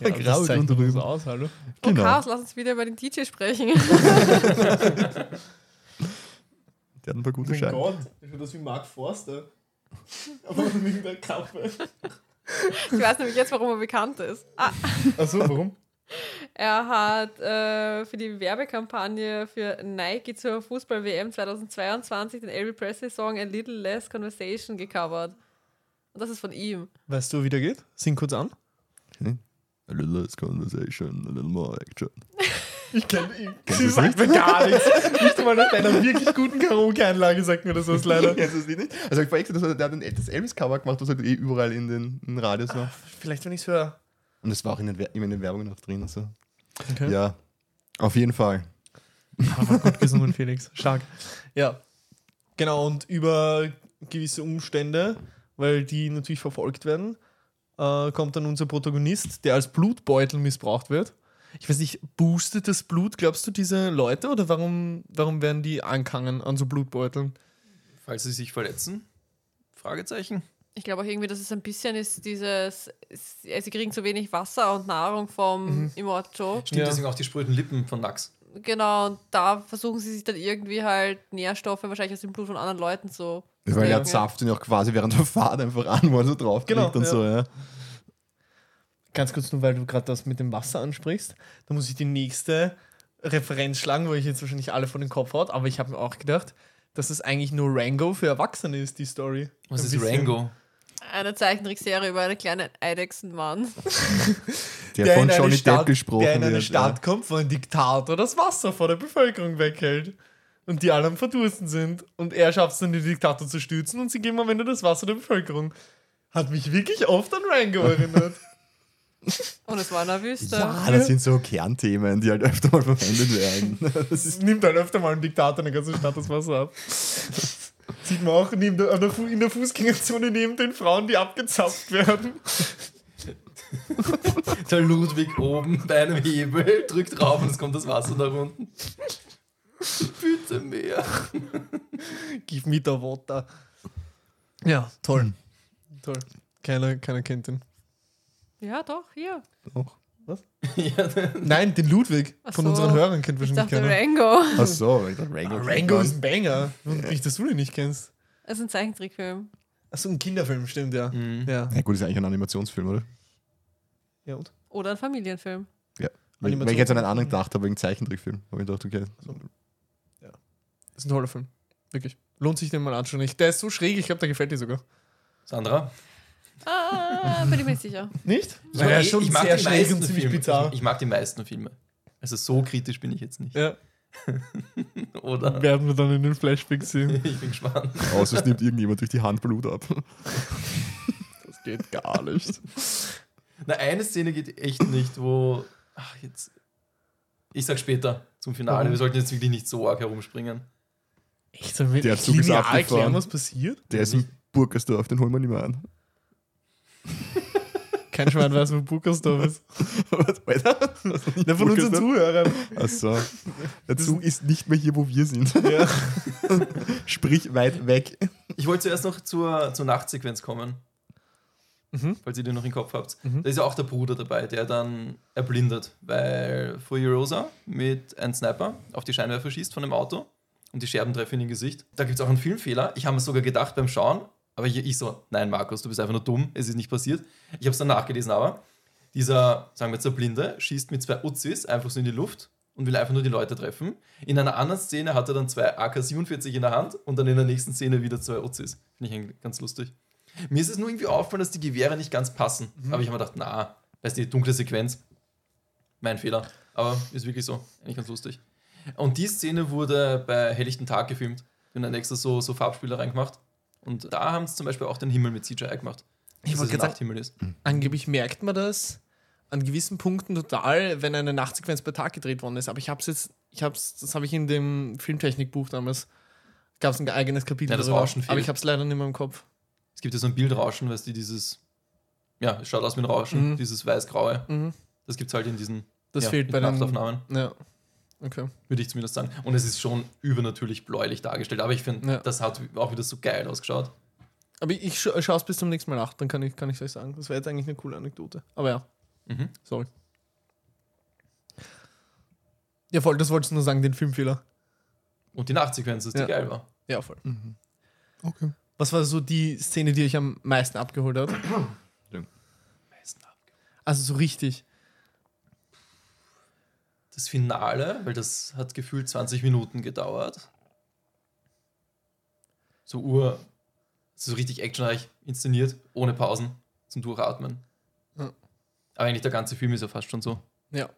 ja
Grau
das zeichnet
drunter
uns
drüber.
aus, hallo.
Oh,
genau.
Chaos, lass uns wieder über den DJ sprechen.
Der hat ein paar gute Scheine.
Oh Gott, ich höre das wie Mark Forster. Aber wegen der Kappe.
Ich weiß nämlich jetzt, warum er bekannt ist. Ah,
Achso, warum?
er hat äh, für die Werbekampagne für Nike zur Fußball-WM 2022 den Elvis Presley-Song A Little Less Conversation gecovert. Und das ist von ihm.
Weißt du, wie der geht? Sing kurz an.
A little less conversation, a little more action.
Ich kenne ihn. Sie sagt mir gar nichts. Nicht mal nach deiner wirklich guten Karaoke-Einlage sagt mir das was leider.
Kennst du das Lied nicht? Also ich verwechsel das, also der hat ein älteres Elvis-Cover gemacht, was halt eh überall in den, in den Radios war.
Vielleicht, wenn ich es höre.
Und das war auch in den, Wer- immer in den Werbungen auch drin. und so.
Okay.
Ja, auf jeden Fall.
Aber gut gesungen, Felix. Stark. Ja. Genau, und über gewisse Umstände, weil die natürlich verfolgt werden, äh, kommt dann unser Protagonist, der als Blutbeutel missbraucht wird. Ich weiß nicht, boostet das Blut, glaubst du, diese Leute? Oder warum, warum werden die ankangen an so Blutbeuteln?
Falls sie sich verletzen? Fragezeichen.
Ich glaube auch irgendwie, dass es ein bisschen ist dieses, ist, ja, sie kriegen zu wenig Wasser und Nahrung
Mhm.
vom Immortal Joe.
Stimmt
Ja.
deswegen auch die spröden Lippen von Nax.
Genau, und da versuchen sie sich dann irgendwie halt Nährstoffe wahrscheinlich aus dem Blut von anderen Leuten so. zu
Weil er
denken.
zapft ihn auch quasi während der Fahrt einfach an, wo er so drauf
Genau,
und
ja.
so, ja.
Ganz kurz nur, weil du gerade das mit dem Wasser ansprichst, da muss ich die nächste Referenz schlagen, wo ich jetzt wahrscheinlich alle von den Kopf haut, aber ich habe mir auch gedacht, dass es eigentlich nur Rango für Erwachsene ist, die Story.
Was
Ein
ist
bisschen.
Rango?
Eine Zeichentrickserie über einen kleinen Eidechsenmann.
Der,
der
von
in eine
Johnny
Stadt,
Depp gesprochen
der in eine
wird,
Stadt kommt, wo ein Diktator das Wasser vor der Bevölkerung weghält. Und die alle am Verdursten sind. Und er schafft es dann, den Diktator zu stürzen und sie geben am Ende das Wasser der Bevölkerung. Hat mich wirklich oft an Rango erinnert.
Und es war in der Wüste.
Ja. ja, Ah, das sind so Kernthemen, die halt öfter mal verwendet werden. Das
Es nimmt halt öfter mal ein Diktator eine ganze Stadt das Wasser ab. Sieht man auch neben der, an der Fu- in der Fußgängerzone neben den Frauen, die abgezapft werden.
Der Ludwig oben bei einem Hebel drückt drauf und es kommt das Wasser da unten. Bitte mehr.
Give me the water. Ja, toll. Toll. Keiner, keiner kennt den.
ja, doch, hier.
auch.
Ja,
Nein, den Ludwig
Ach
von
so.
unseren Hörern kennt
Ich
wahrscheinlich
dachte
keiner.
Rango.
Ach so, ich dachte, Rango.
Ah, Rango ist ein Banger. Und nicht, dass du den nicht kennst.
Das ist ein Zeichentrickfilm.
Achso, ein Kinderfilm, stimmt, ja.
Mhm.
Ja.
Na gut, ist ja eigentlich ein Animationsfilm, oder?
ja und?
Oder ein Familienfilm.
Wenn wenn ich jetzt an einen anderen gedacht habe, wegen Zeichentrickfilm, habe ich gedacht, okay.
Ist ein toller Film. Wirklich. Lohnt sich den mal anzuschauen. Ich- Der ist so schräg, ich glaube, der gefällt dir sogar.
Sandra?
Ah, bin ich mir nicht sicher.
Nicht?
mag
Naja,
eh-
schon sehr
die
schräg
meisten
und ziemlich
Filme.
bizarr.
Ich, ich mag die meisten Filme. Also so kritisch bin ich jetzt nicht.
ja.
Oder?
Werden wir dann in den Flashbacks sehen.
Ich bin gespannt.
Außer es nimmt irgendjemand durch die Hand Blut ab. Das geht gar nicht.
Na, eine Szene geht echt nicht, wo. Ach, jetzt. Ich sag später zum Finale.
Warum?
Wir sollten jetzt wirklich nicht so arg herumspringen.
Echt, sollen wir
Der
echt
Zug ist
linear
abgefahren.
erklären, was passiert?
Der ist in Burgersdorf, den holen wir nicht mehr an.
Kein Schwein weiß, wo Burgersdorf ist.
Was, Alter? Was ist
Na, von unseren
Burgersdorf?
Zuhörern.
Achso. Der Zug ist nicht mehr hier, wo wir sind.
Ja.
Sprich, weit weg.
Ich wollte zuerst noch zur, zur Nachtsequenz kommen.
Mhm.
Falls ihr den noch im Kopf habt.
Mhm.
Da ist ja auch der Bruder dabei, der dann erblindet, weil Furiosa mit einem Sniper auf die Scheinwerfer schießt von dem Auto und die Scherben treffen ihn im Gesicht. Da gibt es auch einen Filmfehler. Ich habe mir sogar gedacht beim Schauen, aber ich, ich so, nein, Markus, du bist einfach nur dumm, es ist nicht passiert. Ich habe es dann nachgelesen, aber dieser, sagen wir jetzt der Blinde, schießt mit zwei Uzis einfach so in die Luft und will einfach nur die Leute treffen. In einer anderen Szene hat er dann zwei AK-47 in der Hand und dann in der nächsten Szene wieder zwei Uzis. Finde ich eigentlich ganz lustig. Mir ist es nur irgendwie aufgefallen, dass die Gewehre nicht ganz passen.
Mhm.
Aber ich habe mir gedacht, na, weißt du, die dunkle Sequenz, mein Fehler. Aber ist wirklich so, eigentlich ganz lustig. Und die Szene wurde bei helllichten Tag gefilmt. Und dann extra so, so Farbspieler reingemacht. Und da haben sie zum Beispiel auch den Himmel mit CGI gemacht.
Ich
Dass
wollte
es
gerade
Nachthimmel ist.
Angeblich merkt man das an gewissen Punkten total, wenn eine Nachtsequenz bei Tag gedreht worden ist. Aber ich hab's jetzt, ich hab's, das habe ich in dem Filmtechnikbuch damals, gab es ein eigenes Kapitel
Ja, das
darüber.
Rauschen fehlt.
Aber ich hab's leider nicht mehr im Kopf.
Es gibt ja so ein Bildrauschen, weißt du, dieses, ja, es schaut aus wie ein Rauschen,
Mhm.
dieses weiß-graue.
Mhm.
Das gibt es halt in diesen
Das
ja,
fehlt
in
bei den
Nachtaufnahmen,
Ja. Okay.
würde ich zumindest sagen. Und es ist schon übernatürlich bläulich dargestellt, aber ich finde,
Ja.
das hat auch wieder so geil ausgeschaut.
Aber ich scha schaue es bis zum nächsten Mal nach, dann kann ich kann ich euch sagen. Das wäre jetzt eigentlich eine coole Anekdote. Aber ja,
Mhm.
sorry. Ja, voll, das wolltest du nur sagen, den Filmfehler.
Und die Nachtsequenz, dass die
Ja.
geil war.
Ja, voll.
Okay.
Was war so die Szene, die euch am meisten abgeholt hat? Also so richtig.
Das Finale, weil das hat gefühlt 20 Minuten gedauert. So ur, so richtig actionreich inszeniert, ohne Pausen zum Durchatmen.
Ja.
Aber eigentlich der ganze Film ist ja fast schon so.
Ja.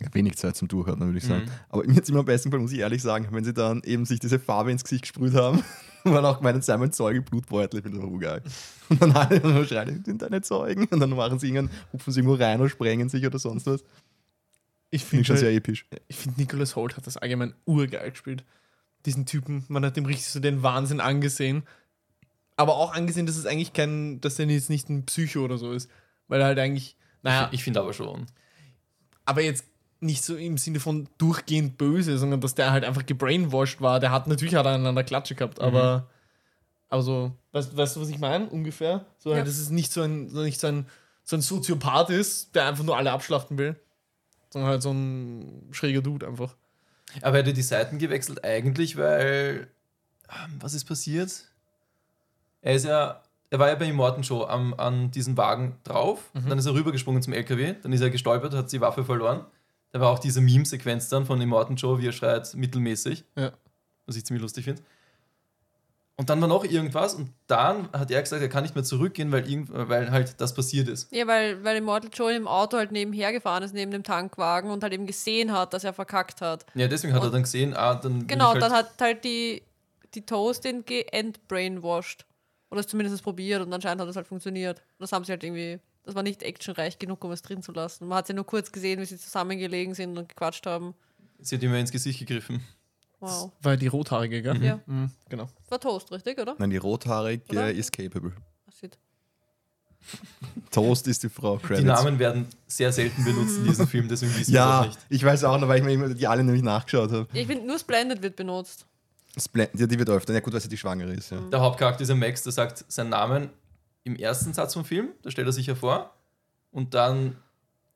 Ja, wenig Zeit zum Durchhalten, würde ich sagen.
Mhm.
Aber mir hat immer am besten gefallen, muss ich ehrlich sagen, wenn sie dann eben sich diese Farbe ins Gesicht gesprüht haben, waren auch meinen Simon Zeuge Blutbeutel, ich bin so geil. Und dann alle nur schreien, sind deine Zeugen. Und dann machen sie irgendwann, hupfen sie irgendwo rein und sprengen sich oder sonst was.
Ich
Finde
finde
ich schon sehr episch.
ich find, Nicholas Holt hat das allgemein urgeil gespielt. Diesen Typen, man hat ihm richtig so den Wahnsinn angesehen. Aber auch angesehen, dass es eigentlich kein, dass er jetzt nicht ein Psycho oder so ist. Weil er halt eigentlich, naja,
Ich finde aber schon.
aber jetzt nicht so im Sinne von durchgehend böse, sondern dass der halt einfach gebrainwashed war. Der hat natürlich hat er einen an der Klatsche gehabt, aber also, weißt, weißt du, was ich meine? Ungefähr. So,
Ja.
halt, dass es nicht so ein, so nicht so ein, so ein Soziopath ist, der einfach nur alle abschlachten will. Sondern halt so ein schräger Dude einfach.
Aber er hätte die Seiten gewechselt eigentlich, weil ähm, was ist passiert? Er ist ja, er war ja bei Immortan Show am, an diesen Wagen drauf, dann ist er rübergesprungen zum LKW, dann ist er gestolpert, hat die Waffe verloren. Da war auch diese Meme-Sequenz dann von Immortan Show, wie er schreit, mittelmäßig,
Ja.
was ich ziemlich lustig finde. Und dann war noch irgendwas und dann hat er gesagt, er kann nicht mehr zurückgehen, weil, irgend, weil halt das passiert ist.
Ja, weil, weil Immortal Joe im Auto halt nebenher gefahren ist, neben dem Tankwagen und halt eben gesehen hat, dass er verkackt hat.
Ja, deswegen hat er
Und-
dann gesehen, ah, dann. will
Genau,
ich halt,
dann hat halt die, die Toast den geendbrainwashed. Oder es zumindest probiert und anscheinend hat es halt funktioniert. Das haben sie halt irgendwie, das war nicht actionreich genug, um es drin zu lassen. Man hat ja nur kurz gesehen, wie sie zusammengelegen sind und gequatscht haben.
Sie hat ihm ja ins Gesicht gegriffen.
Wow.
Weil die Rothaarige, gell?
Ja,
Mhm, genau.
war Toast, richtig, oder?
Nein, die Rothaarige
Oder?
ist capable.
Ach, shit.
Toast ist die Frau.
Die Namen werden sehr selten benutzt in diesem Film, deswegen wissen wir
Ja,
das nicht.
ich weiß auch noch, weil ich mir immer die alle nämlich nachgeschaut habe.
Ich finde, nur Splendid wird benutzt.
Splen- Ja, die wird öfter. Ja, gut, weil sie die Schwangere ist. Ja.
Der Hauptcharakter ist ja Max, der sagt seinen Namen im ersten Satz vom Film, da stellt er sich ja vor. Und dann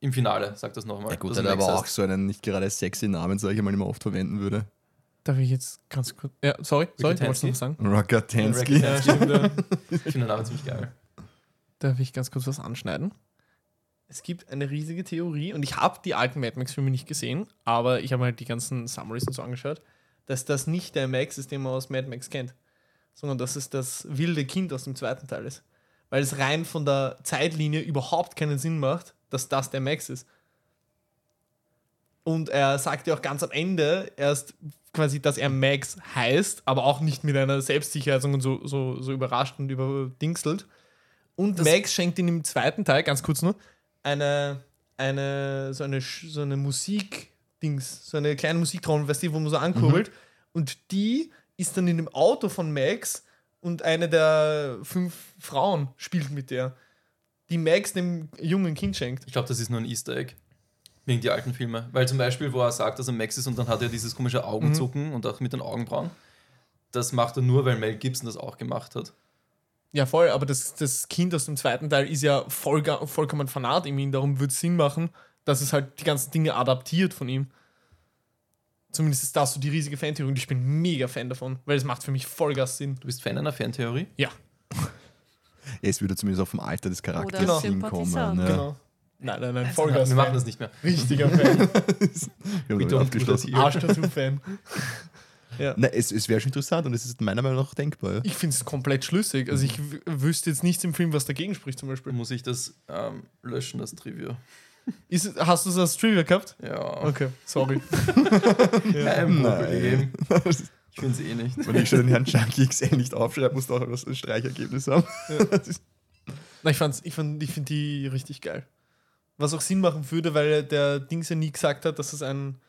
im Finale sagt das nochmal.
Ja, gut,
dass
dann
er Max
aber auch
heißt.
so einen nicht gerade sexy Namen, sag ich mal, immer oft verwenden würde.
Darf ich jetzt ganz kurz. Ja, sorry, sorry, wolltest
Tansky?
du noch was sagen?
Rockatansky.
Ja,
stimmt, ja.
Ich finde den Namen ziemlich geil.
Darf ich ganz kurz was anschneiden? Es gibt eine riesige Theorie und ich habe die alten Mad Max-Filme nicht gesehen, aber ich habe mir halt die ganzen Summaries und so angeschaut, dass das nicht der Max ist, den man aus Mad Max kennt, sondern dass es das wilde Kind aus dem zweiten Teil ist. Weil es rein von der Zeitlinie überhaupt keinen Sinn macht, dass das der Max ist. Und er sagt ja auch ganz am Ende erst quasi, dass er Max heißt, aber auch nicht mit einer Selbstsicherheit und so, so, so überrascht und überdingselt. Und Max schenkt ihm im zweiten Teil, ganz kurz nur, eine, eine, so eine, Sch- so eine Musik-Dings, so eine kleine Musiktrommel, weißt du, wo man so ankurbelt. Und die ist dann in dem Auto von Max und eine der fünf Frauen spielt mit der, die Max dem jungen Kind schenkt.
Ich glaube, das ist nur ein Easter Egg. Wegen die alten Filme. Weil zum Beispiel, wo er sagt, dass er Max ist und dann hat er dieses komische
Mhm.
Augenzucken und auch mit den Augenbrauen. Das macht er nur, weil Mel Gibson das auch gemacht hat.
Ja, voll, aber das, das Kind aus dem zweiten Teil ist ja voll, vollkommen fanat in ihm. Darum würde es Sinn machen, dass es halt die ganzen Dinge adaptiert von ihm. Zumindest ist das so die riesige Fantheorie und ich bin mega Fan davon, weil es macht für mich vollgas Sinn.
Du bist Fan einer Fantheorie?
Ja,
Es würde zumindest auch vom Alter des Charakters
Oder
hinkommen.
Sympathisant.
Ja.
genau. Nein, nein, nein,
Wir
vollgas
machen das nicht mehr.
Richtiger Fan.
Wir haben
Bitte
damit
und
abgeschlossen.
Bruder
Arsch dazu Fan.
Na, es, es wäre schon interessant und es ist meiner Meinung nach denkbar.
Ich finde es komplett schlüssig. Also ich w- wüsste jetzt nichts im Film, was dagegen spricht zum Beispiel.
Muss ich das ähm, löschen, das Trivia?
Ist, hast du es als Trivia gehabt?
Ja.
Okay, sorry.
Kein
Nein.
Problem. Ich finde es eh nicht.
Wenn ich schon den Herrn Junkie XL nicht aufschreibe, muss doch was ein Streichergebnis haben.
Na, ich, fand's, ich, fand, ich finde die richtig geil. Was auch Sinn machen würde, weil der Dings ja nie gesagt hat, dass es ein,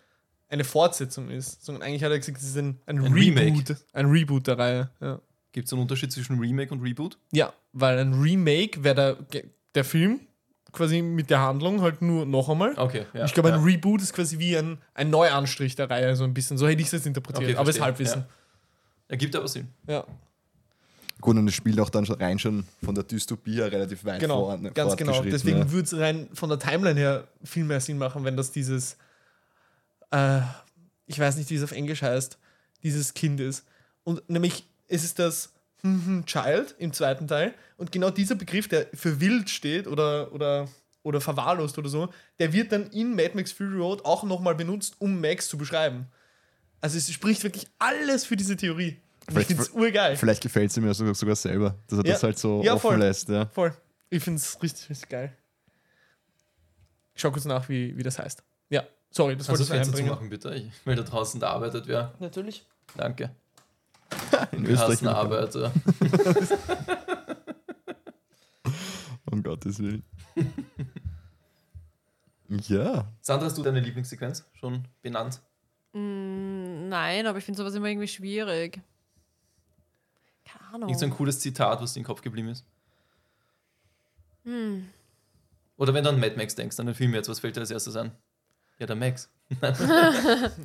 eine Fortsetzung ist. Sondern eigentlich hat er gesagt, es ist ein, ein,
Ein
Reboot.
Remake.
Ein Reboot der Reihe. Ja,
Gibt es einen Unterschied zwischen Remake und Reboot?
ja weil ein Remake wäre der, ge- der Film quasi mit der Handlung halt nur noch einmal.
Okay, ja.
ich glaube,
ja.
ein Reboot ist quasi wie ein, ein Neuanstrich der Reihe, so ein bisschen. So hätte ich es jetzt interpretiert.
Okay,
aber es ist
verstehe.
Halbwissen.
Ergibt aber Sinn.
Ja,
Gut, und es spielt auch dann schon rein schon von der Dystopie her relativ weit
genau.
voran-
ganz genau.
fortgeschritten,
Deswegen
ja.
würde es rein von der Timeline her viel mehr Sinn machen, wenn das dieses, äh, ich weiß nicht, wie es auf Englisch heißt, dieses Kind ist. Und nämlich ist es das Hm Child im zweiten Teil. Und genau dieser Begriff, der für wild steht oder, oder, oder verwahrlost oder so, der wird dann in Mad Max Fury Road auch nochmal benutzt, um Max zu beschreiben. Also es spricht wirklich alles für diese Theorie. Und ich
Vielleicht-
finde es urgeil.
Vielleicht gefällt sie mir sogar, sogar selber, dass er
Ja.
das halt so
Ja,
offen
voll.
lässt. Ja.
Voll. Ich finde es richtig, richtig geil. Ich schau kurz nach, wie, wie das heißt. Ja, sorry, das
Kannst du das
wollte
Also
ich
Fenster Also zu
einbringen.
machen, bitte? Ich, weil da draußen da arbeitet wer.
Natürlich.
Danke.
In
Wir hassen
will-
Arbeiter.
Um Gottes Willen. ja.
Sandra, hast du deine Lieblingssequenz schon benannt?
Nein, aber ich finde sowas immer irgendwie schwierig. Keine Ahnung.
Irgend so ein cooles Zitat, was dir im Kopf geblieben ist? Oder wenn du an Mad Max denkst, an den Film jetzt, was fällt dir als erstes ein? Ja, der Max.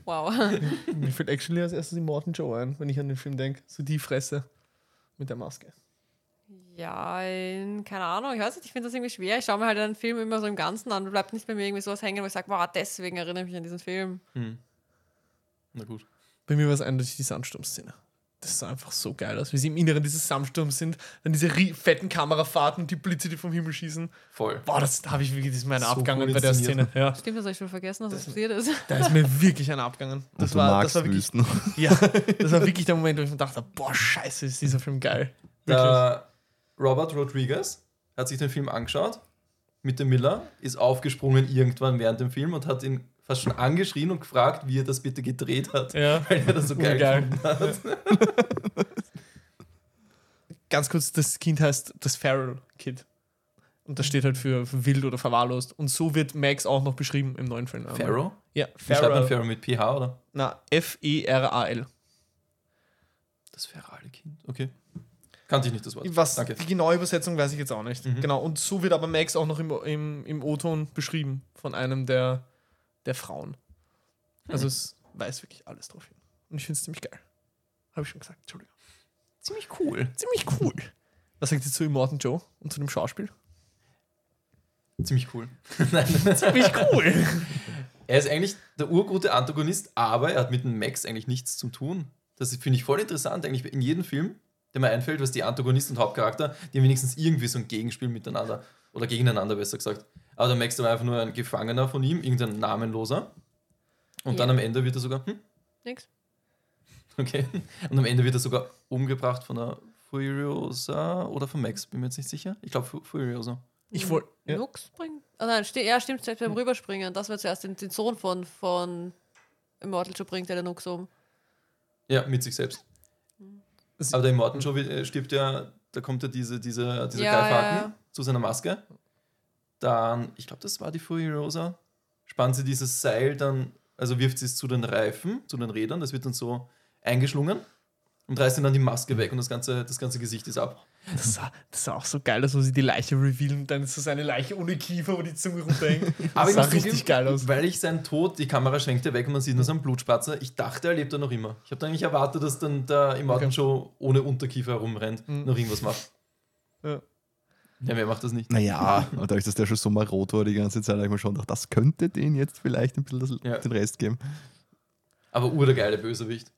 wow.
Mir fällt actually als erstes die Morton Joe ein, wenn ich an den Film denke. So die Fresse mit der Maske.
Ja, in- keine Ahnung. Ich weiß nicht, ich finde das irgendwie schwer. Ich schaue mir halt einen Film immer so im Ganzen an. Bleibt nicht bei mir irgendwie sowas hängen, wo ich sage, wow, deswegen erinnere ich mich an diesen Film.
Na gut.
Bei mir war es eindeutig die Sandsturmszene. Das sah einfach so geil aus, wie sie im Inneren dieses Sandsturms sind, dann diese rie- fetten Kamerafahrten und die Blitze, die vom Himmel schießen.
Voll.
Boah, das da habe ich wirklich das ist mir einer
So
abgegangen
cool
bei der Szene.
inszeniert.
Ja,
Stimmt, das habe ich schon vergessen, dass das passiert ist.
da ist mir wirklich einer abgegangen. Das
und du
war, das
also magst
war wirklich
Wüsten.
Ja, das war wirklich der Moment, wo ich mir dachte, boah, scheiße, ist dieser Film geil. Wirklich.
Der Robert Rodriguez hat sich den Film angeschaut mit dem Miller, ist aufgesprungen irgendwann während dem Film und hat ihn fast schon angeschrien und gefragt, wie er das bitte gedreht hat.
Ja.
Weil er das so geil
Urgeil.
gefunden hat.
Ganz kurz, das Kind heißt das Feral Kid. Und das steht halt für, für wild oder verwahrlost. Und so wird Max auch noch beschrieben im neuen Film.
Pharaoh?
Ja,
Wie schreibt man
Feral.
Pharaoh mit PH, oder?
Na, E F-E-R-A-L.
Das ferale Kind, okay. Kannte ich nicht das Wort.
Was,
Danke.
die genaue Übersetzung weiß ich jetzt auch nicht. Genau, und so wird aber Max auch noch im, im, im O-Ton beschrieben von einem der, der Frauen. Also es weiß wirklich alles drauf hin. Und ich finde es ziemlich geil. Habe ich schon gesagt, Entschuldigung.
Ziemlich cool.
ziemlich cool. Was sagt ihr zu Immortan Joe und zu dem Schauspiel?
Ziemlich cool.
Ziemlich cool.
Er ist eigentlich der urgute Antagonist, aber er hat mit dem Max eigentlich nichts zu tun. Das ist- finde ich voll interessant, eigentlich in jedem Film, der mir einfällt, was die Antagonisten und Hauptcharakter, die haben wenigstens irgendwie so ein Gegenspiel miteinander oder gegeneinander besser gesagt. Aber der Max war einfach nur ein Gefangener von ihm, irgendein namenloser. Und dann
Ja.
am Ende wird er sogar, hm,
Nix.
okay. Und am Ende wird er sogar umgebracht von der Furiosa oder von Max, bin mir jetzt nicht sicher. Ich glaube Fu- Furiosa.
Ich wollte. Ja.
Nux bringt. Ah, nein, sti ja, stimmt, selbst beim Rüberspringen. Das war zuerst den, den Sohn von, von Immortal Joe bringt, der den Nux um.
Ja, mit sich selbst.
Sie-
Aber der Immortan Joe äh, stirbt ja, da kommt ja diese, diese, diese
Ja,
Greifhaken
ja, ja.
zu seiner Maske. Dann, ich glaube, das war die Furiosa, spannt sie dieses Seil dann, also wirft sie es zu den Reifen, zu den Rädern, das wird dann so eingeschlungen und reißt ihnen dann die Maske weg und das ganze, das ganze Gesicht ist ab.
Das sah, das sah auch so geil aus, wo sie die Leiche revealen und dann ist das eine Leiche ohne Kiefer, wo die Zunge runterhängt.
Aber
Das
ich
sah
muss zugeben,
richtig geil aus.
Weil ich seinen Tod, die Kamera schwenkte weg und man sieht nur seinen Blutspatzer. Ich dachte, er lebt da noch immer. Ich habe eigentlich erwartet, dass dann der Immortan
Okay. Mhm.
Joe ohne Unterkiefer herumrennt, noch irgendwas macht.
Ja.
Ja, wer macht das nicht?
Naja, aber dadurch, dass der schon so mal rot war die ganze Zeit, habe ich mir schon gedacht, das könnte den jetzt vielleicht ein bisschen das,
Ja.
den Rest geben.
Aber ur der geile Bösewicht.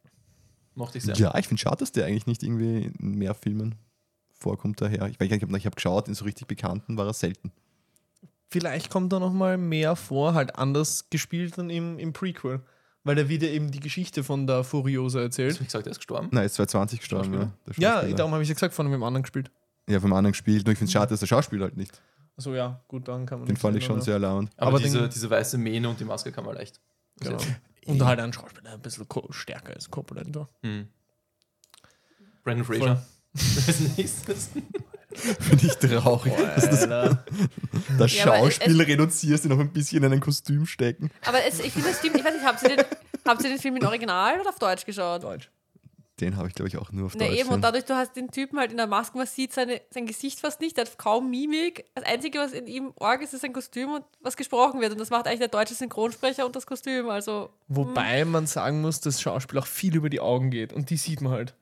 Mochte ich sehr.
Ja, ich finde schade, dass der eigentlich nicht irgendwie in mehr Filmen vorkommt daher. Ich weiß gar nicht, ich habe geschaut, in so richtig bekannten war er selten.
Vielleicht kommt da nochmal mehr vor, halt anders gespielt dann im, im Prequel. Weil da wieder eben die Geschichte von der Furiosa
Hast du
erzählt.
nicht gesagt, er ist gestorben?
Nein, ist 2020 gestorben.
Schauspieler.
der
Ja,
Schauspieler.
darum habe ich ja gesagt, von einem anderen gespielt.
ja, vom anderen gespielt. Nur ich finde es schade, dass der Schauspieler halt nicht.
Also ja, gut, dann kann man.
Den
nichts
fand ich schon
ändern,
sehr alarmend.
Aber,
Aber
diese,
den-
diese weiße Mähne und die Maske kann man leicht.
ja. Genau. Und halt ein Schauspieler, der ein bisschen ko- stärker ist, korpulenter.
Mhm. Brandon Fraser. Als nächstes.
Finde ich traurig, dass du das, das
Ja, aber es-
Schauspiel reduzierst, ihn auf ein bisschen in ein Kostüm stecken.
Aber es, ich finde, es stimmt. Ich weiß nicht, habt ihr den, habt ihr den Film in Original oder auf Deutsch geschaut?
Deutsch.
Den habe ich, glaube ich, auch nur auf
Na
Deutsch.
eben, und
gesehen.
dadurch, du hast den Typen halt in der Maske, man sieht seine, sein Gesicht fast nicht, der hat kaum Mimik. Das Einzige, was in ihm arg ist, ist sein Kostüm und was gesprochen wird. Und das macht eigentlich der deutsche Synchronsprecher und das Kostüm. Also,
Hm.
Wobei man sagen muss, dass Schauspiel auch viel über die Augen geht und die sieht man halt.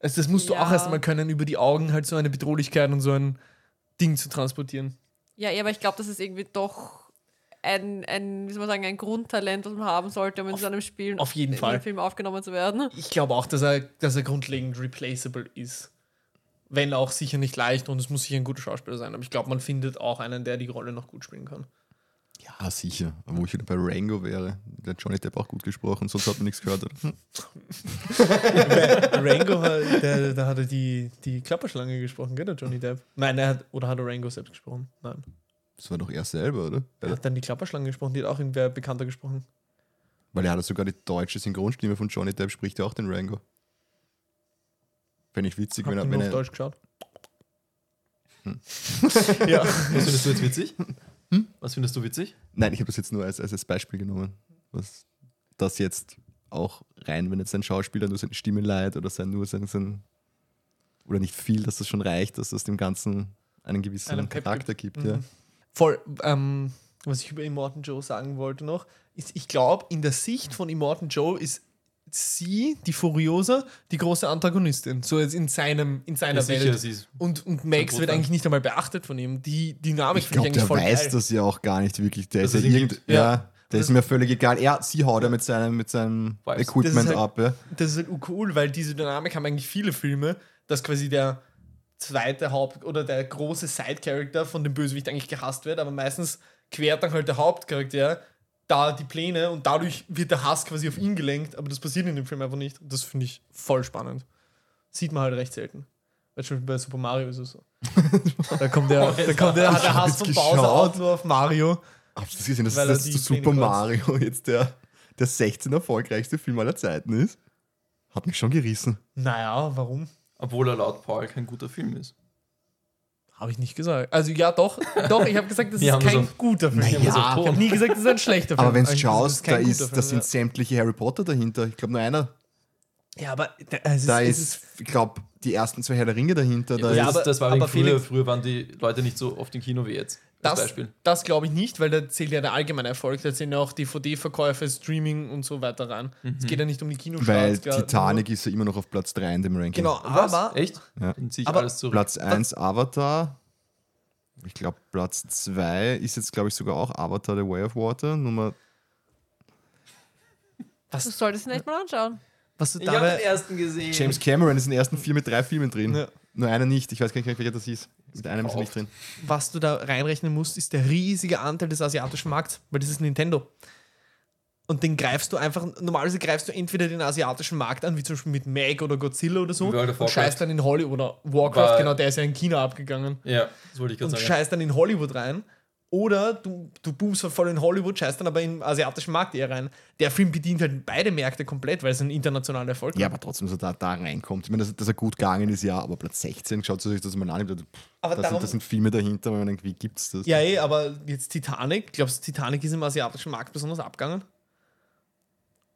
Also das musst du auch
Ja.
erstmal können, über die Augen halt so eine Bedrohlichkeit und so ein Ding zu transportieren.
ja, ja aber ich glaube, das ist irgendwie doch ein, ein, wie soll man sagen, ein Grundtalent, was man haben sollte, um in so einem Spiel,
auf jeden
in
Fall.
einem Film aufgenommen zu werden.
Ich glaube auch, dass er, dass er grundlegend replaceable ist. Wenn auch sicher nicht leicht und es muss sicher ein guter Schauspieler sein. Aber ich glaube, man findet auch einen, der die Rolle noch gut spielen kann.
Ja, sicher. Aber Wo ich wieder bei Rango wäre. Der hat Johnny Depp auch gut gesprochen, sonst hat man nichts gehört. Oder?
Rango, der, der hatte die, die Klapperschlange gesprochen, gell, der Johnny Depp? Nein, er hat, oder hat er Rango selbst gesprochen? Nein.
Das war doch er selber, oder?
Er
Weil,
hat dann die Klapperschlange gesprochen, die hat auch irgendwer bekannter gesprochen.
weil er hat sogar die deutsche Synchronstimme von Johnny Depp, spricht ja auch den Rango. Fände ich witzig,
Habt
wenn
ihr
er,
nur
wenn
auf
er
Deutsch geschaut? ja.
Was findest du jetzt witzig? Was findest du witzig?
Nein, ich habe das jetzt nur als, als, als Beispiel genommen. Was das jetzt auch rein, wenn jetzt ein Schauspieler nur seine Stimme leiht oder sein nur sein, sein oder nicht viel, dass das schon reicht, dass das dem Ganzen einen gewissen
Einen Mhm. Pep
Charakter gibt. ja.
Voll, ähm, was ich über Immortan Joe sagen wollte noch, ist, ich glaube, in der Sicht von Immortan Joe ist sie, die Furiosa, die große Antagonistin. So jetzt in, seinem, in seiner
Ja, sicher,
Welt.
sie ist-
und, und Max
Sein
wird
Bruder.
eigentlich nicht einmal beachtet von ihm. Die Dynamik
Ich glaube,
finde ich eigentlich
der
voll
weiß
geil.
das ja auch gar nicht wirklich. Der
Dass
ist ja
es ihn
irgend,
gibt.
ja,
Ja.
der ist mir völlig egal. Er, sie haut ja mit seinem, mit seinem
Weiß.
Das ist
Equipment
halt-
ab. Ja.
Das ist halt cool, weil diese Dynamik haben eigentlich viele Filme, dass quasi der zweite Haupt- oder der große Side-Character von dem Bösewicht eigentlich gehasst wird, aber meistens quert dann halt der Hauptcharakter da die Pläne und dadurch wird der Hass quasi auf ihn gelenkt, aber das passiert in dem Film einfach nicht. Das finde ich voll spannend. Sieht man halt recht selten. Weil zum Beispiel bei Super Mario ist es so. da kommt der, da kommt der, der Hass von
Oh, jetzt
Bowser
geschaut.
auch nur auf Mario.
Habt ihr das gesehen, dass,
Weil er
dass
die Pläne
Super
kreuzt.
Mario jetzt der, der 16 erfolgreichste Film aller Zeiten ist? Hat mich schon gerissen.
Naja, warum?
Obwohl er laut Paul kein guter Film ist.
Habe ich nicht gesagt. Also ja, doch, doch, ich habe gesagt, das
Wir
ist
haben es
kein
auf-
guter Film.
Naja,
ich habe
Ton.
nie gesagt, das ist ein schlechter Film.
Aber wenn du
Ich hab gesagt, das
schaust, da,
kein
ist,
guter
da
Film,
sind sämtliche Harry Potter dahinter. Ich glaube, nur einer.
ja. ja, aber da- also es ist,
Da
es
ist, ich glaube, die ersten zwei Herr der Ringe dahinter. Da
das,
Ja,
ist,
ist,
aber-
das war wegen
aber
früher.
Felix-
Früher waren die Leute nicht so oft im Kino wie jetzt. Als
das,
Beispiel.
das glaube ich nicht, weil da zählt ja der allgemeine Erfolg. Da zählen ja auch DVD-Verkäufe, Streaming und so weiter ran.
Mhm.
Es geht ja nicht um die Kinostarts.
weil
klar,
Titanic ist ja immer noch auf Platz 3 in dem Ranking.
Genau,
Was?
aber
Echt?
Ja.
Dann ziehe ich
Aber-
alles zurück.
Platz 1 Avatar. Ich glaube, Platz 2 ist jetzt, glaube ich, sogar auch Avatar The Way of Water. Nummer.
Du solltest ihn echt mal anschauen.
was du
Ich habe den
dabei...
ersten gesehen.
James Cameron ist in den ersten vier mit drei Filmen drin.
Ja.
Nur einer nicht. Ich weiß gar nicht, welcher das ist. Mit einem ist er nicht
gekauft.
drin.
was du da reinrechnen musst, ist der riesige Anteil des asiatischen Markts, weil das ist Nintendo. und den greifst du einfach, normalerweise greifst du entweder den asiatischen Markt an, wie zum Beispiel mit Meg oder Godzilla oder so,
World of
und
Warcraft.
scheißt dann in Hollywood, oder Warcraft,
Weil-
genau, der ist ja in China abgegangen,
Ja, das wollte ich gerade
und
sagen.
scheißt dann in Hollywood rein. Oder du, du boomst halt voll in Hollywood, scheißt dann aber im asiatischen Markt eher rein. Der Film bedient halt beide Märkte komplett, weil es ein internationaler Erfolg
Ja,
war.
aber trotzdem, so da, da reinkommt. Ich meine, dass, dass er gut gegangen ist, ja, aber Platz 16, schaut sich das mal an. ich dachte, pff,
Aber
da,
darum-
sind, da sind Filme dahinter, weil man denkt, wie gibt's das?
Ja, eh, aber jetzt Titanic, glaubst du, Titanic ist im asiatischen Markt besonders abgegangen?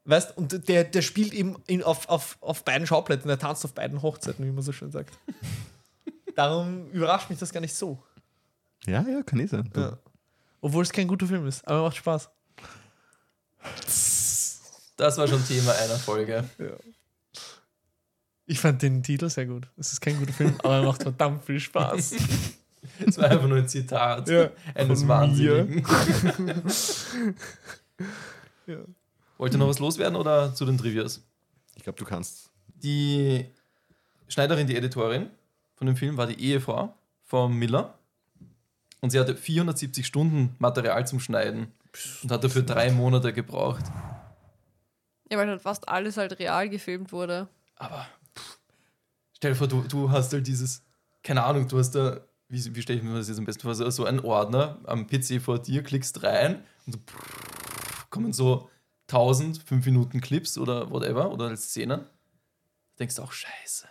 Weißt und der, der spielt eben in, auf, auf, auf beiden Schauplätzen, der tanzt auf beiden Hochzeiten, wie man so schön sagt. Darum überrascht mich das gar nicht so.
ja, ja, kann eh sein. Du-
Ja. Obwohl es kein guter Film ist, aber macht Spaß.
Das war schon Thema einer Folge.
Ich fand den Titel sehr gut. Es ist kein guter Film, aber er macht verdammt viel Spaß.
Das war einfach nur ein Zitat
Ja,
eines
von
Wahnsinnigen.
Ja.
Wollt ihr noch was loswerden oder zu den Trivias?
Ich glaube, du kannst.
Die Schneiderin, die Editorin von dem Film, war die Ehefrau von Miller. Und sie hatte 470 Stunden Material zum Schneiden und hat dafür drei Monate gebraucht.
Ja, weil halt fast alles halt real gefilmt wurde.
Aber pff, stell dir vor, du, du hast halt dieses, keine Ahnung, du hast da, wie, wie stelle ich mir das jetzt am besten vor, so so einen Ordner am PC vor dir, klickst rein und so prrrr, kommen so 1000 5 Minuten Clips oder whatever oder als Szenen. Denkst du auch, scheiße.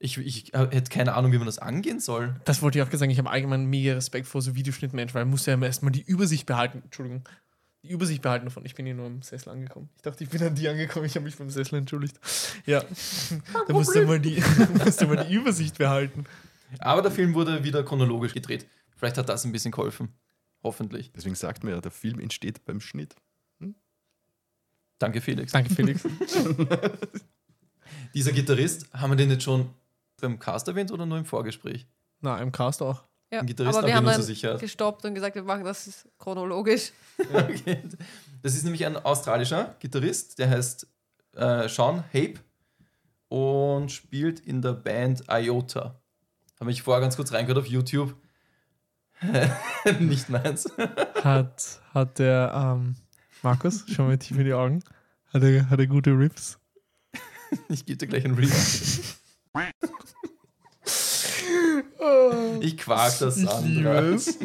Ich, ich äh, hätte keine Ahnung, wie man das angehen soll.
Das wollte ich auch sagen. Ich habe allgemein mega Respekt vor so Videoschnittmenschen, weil man muss ja immer erstmal die Übersicht behalten. Entschuldigung. Die Übersicht behalten davon. Ich bin hier nur im Sessel angekommen. Ich dachte, ich bin an die angekommen. Ich habe mich beim Sessel entschuldigt. Ja. da musst du, mal die, musst du mal die Übersicht behalten.
Aber der Film wurde wieder chronologisch gedreht. Vielleicht hat das ein bisschen geholfen. Hoffentlich.
Deswegen sagt man ja, der Film entsteht beim Schnitt.
Danke, Felix.
Danke, Felix.
Dieser Gitarrist, haben wir den jetzt schon beim Cast erwähnt oder nur im Vorgespräch?
Na, im Cast auch.
Ja.
Ein Gitarrist,
eh
aber wir
aber
haben
nur
dann
zur Sicherheit.
gestoppt und gesagt, wir machen das chronologisch.
Okay. Das ist nämlich ein australischer Gitarrist, der heißt äh, Sean Hape und spielt in der Band Iota. Habe ich vorher ganz kurz reingehört auf YouTube. Nicht meins.
Hat, hat der ähm, Markus, schau mal tief in die Augen, hat er, hat er gute Rips.
Ich gebe dir gleich einen Read. Ich quark das
Ich liebe
Sandra.
es.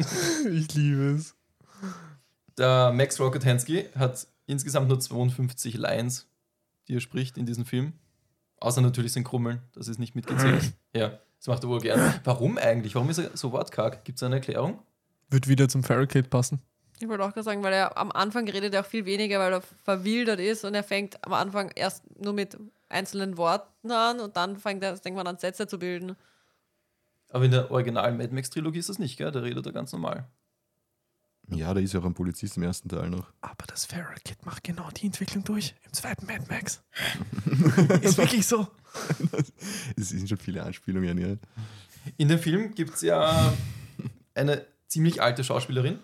Ich liebe es.
Der Max Rocket Hansky hat insgesamt nur 52 Lines, die er spricht in diesem Film. Außer natürlich sein Krummeln, das ist nicht mitgezählt. ja, das macht er wohl gern. Warum eigentlich? Warum ist er so wortkarg? Gibt es eine Erklärung?
Wird wieder zum Farricade passen.
Ich wollte auch gerade sagen, weil er am Anfang redet er auch viel weniger, weil er verwildert ist und er fängt am Anfang erst nur mit einzelnen Worten an und dann fängt er, denkt man an, Sätze zu bilden.
Aber in der originalen Mad Max-Trilogie ist das nicht, gell? Da redet er ganz normal.
Ja, da ist ja auch ein Polizist im ersten Teil noch.
Aber das Farricade macht genau die Entwicklung durch. Im zweiten Mad Max. ist wirklich so.
Es sind schon viele Anspielungen, ja.
In dem Film gibt es ja eine ziemlich alte Schauspielerin,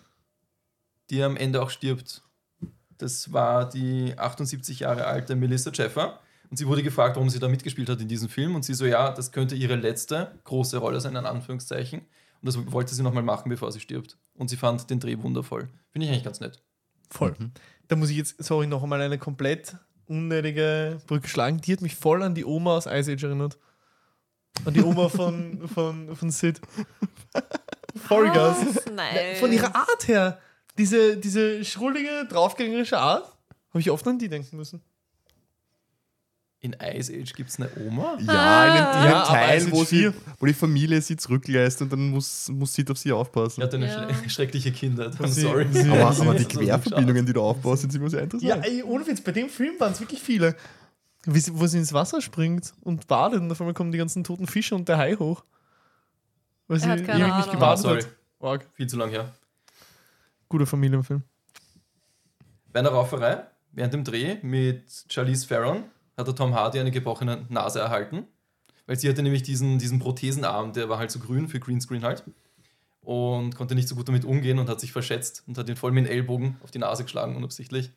die am Ende auch stirbt. Das war die 78 Jahre alte Melissa Jeffer. Und sie wurde gefragt, warum sie da mitgespielt hat in diesem Film. Und sie so, ja, das könnte ihre letzte große Rolle sein, in Anführungszeichen. Und das wollte sie nochmal machen, bevor sie stirbt. Und sie fand den Dreh wundervoll. Finde ich eigentlich ganz nett.
Voll. Mhm. Da muss ich jetzt, sorry, noch einmal eine komplett unnötige Brücke schlagen. Die hat mich voll an die Oma aus Ice Age erinnert. An die Oma von, von, von Sid.
Ah,
Voll Gas.
Was? Nein.
Von ihrer Art her. Diese, diese schrullige, draufgängerische Art. Habe ich oft an die denken müssen.
In Ice Age gibt es eine Oma?
Ja, in dem, in dem
Ja, aber es
Teil,
sind
wo, sie,
vier.
wo die Familie sie zurücklässt und dann muss, muss sie auf sie aufpassen.
Die hatte eine
Ja.
schle- schreckliche Kindheit. I'm
Sie-
sorry.
sie-
aber,
sie-
aber
Das
die
ist auch nicht
Querverbindungen, die du aufbaust, sind immer sehr
Ja,
interessant.
ey, ohne Witz, bei dem Film waren es wirklich viele. Wie sie- Wo sie ins Wasser springt und badet und auf einmal kommen die ganzen toten Fische und der Hai hoch. Weil sie
hat keine
ewig nicht
Ahnung.
schade. Ah,
gebadet
sorry,
hat. Org.
viel zu lang her.
Guter Familienfilm.
Bei einer Rauferei während dem Dreh mit Charlize Theron hat der Tom Hardy eine gebrochene Nase erhalten, weil sie hatte nämlich diesen, diesen Prothesenarm, der war halt so grün für Greenscreen halt und konnte nicht so gut damit umgehen und hat sich verschätzt und hat ihn voll mit dem Ellbogen auf die Nase geschlagen, unabsichtlich.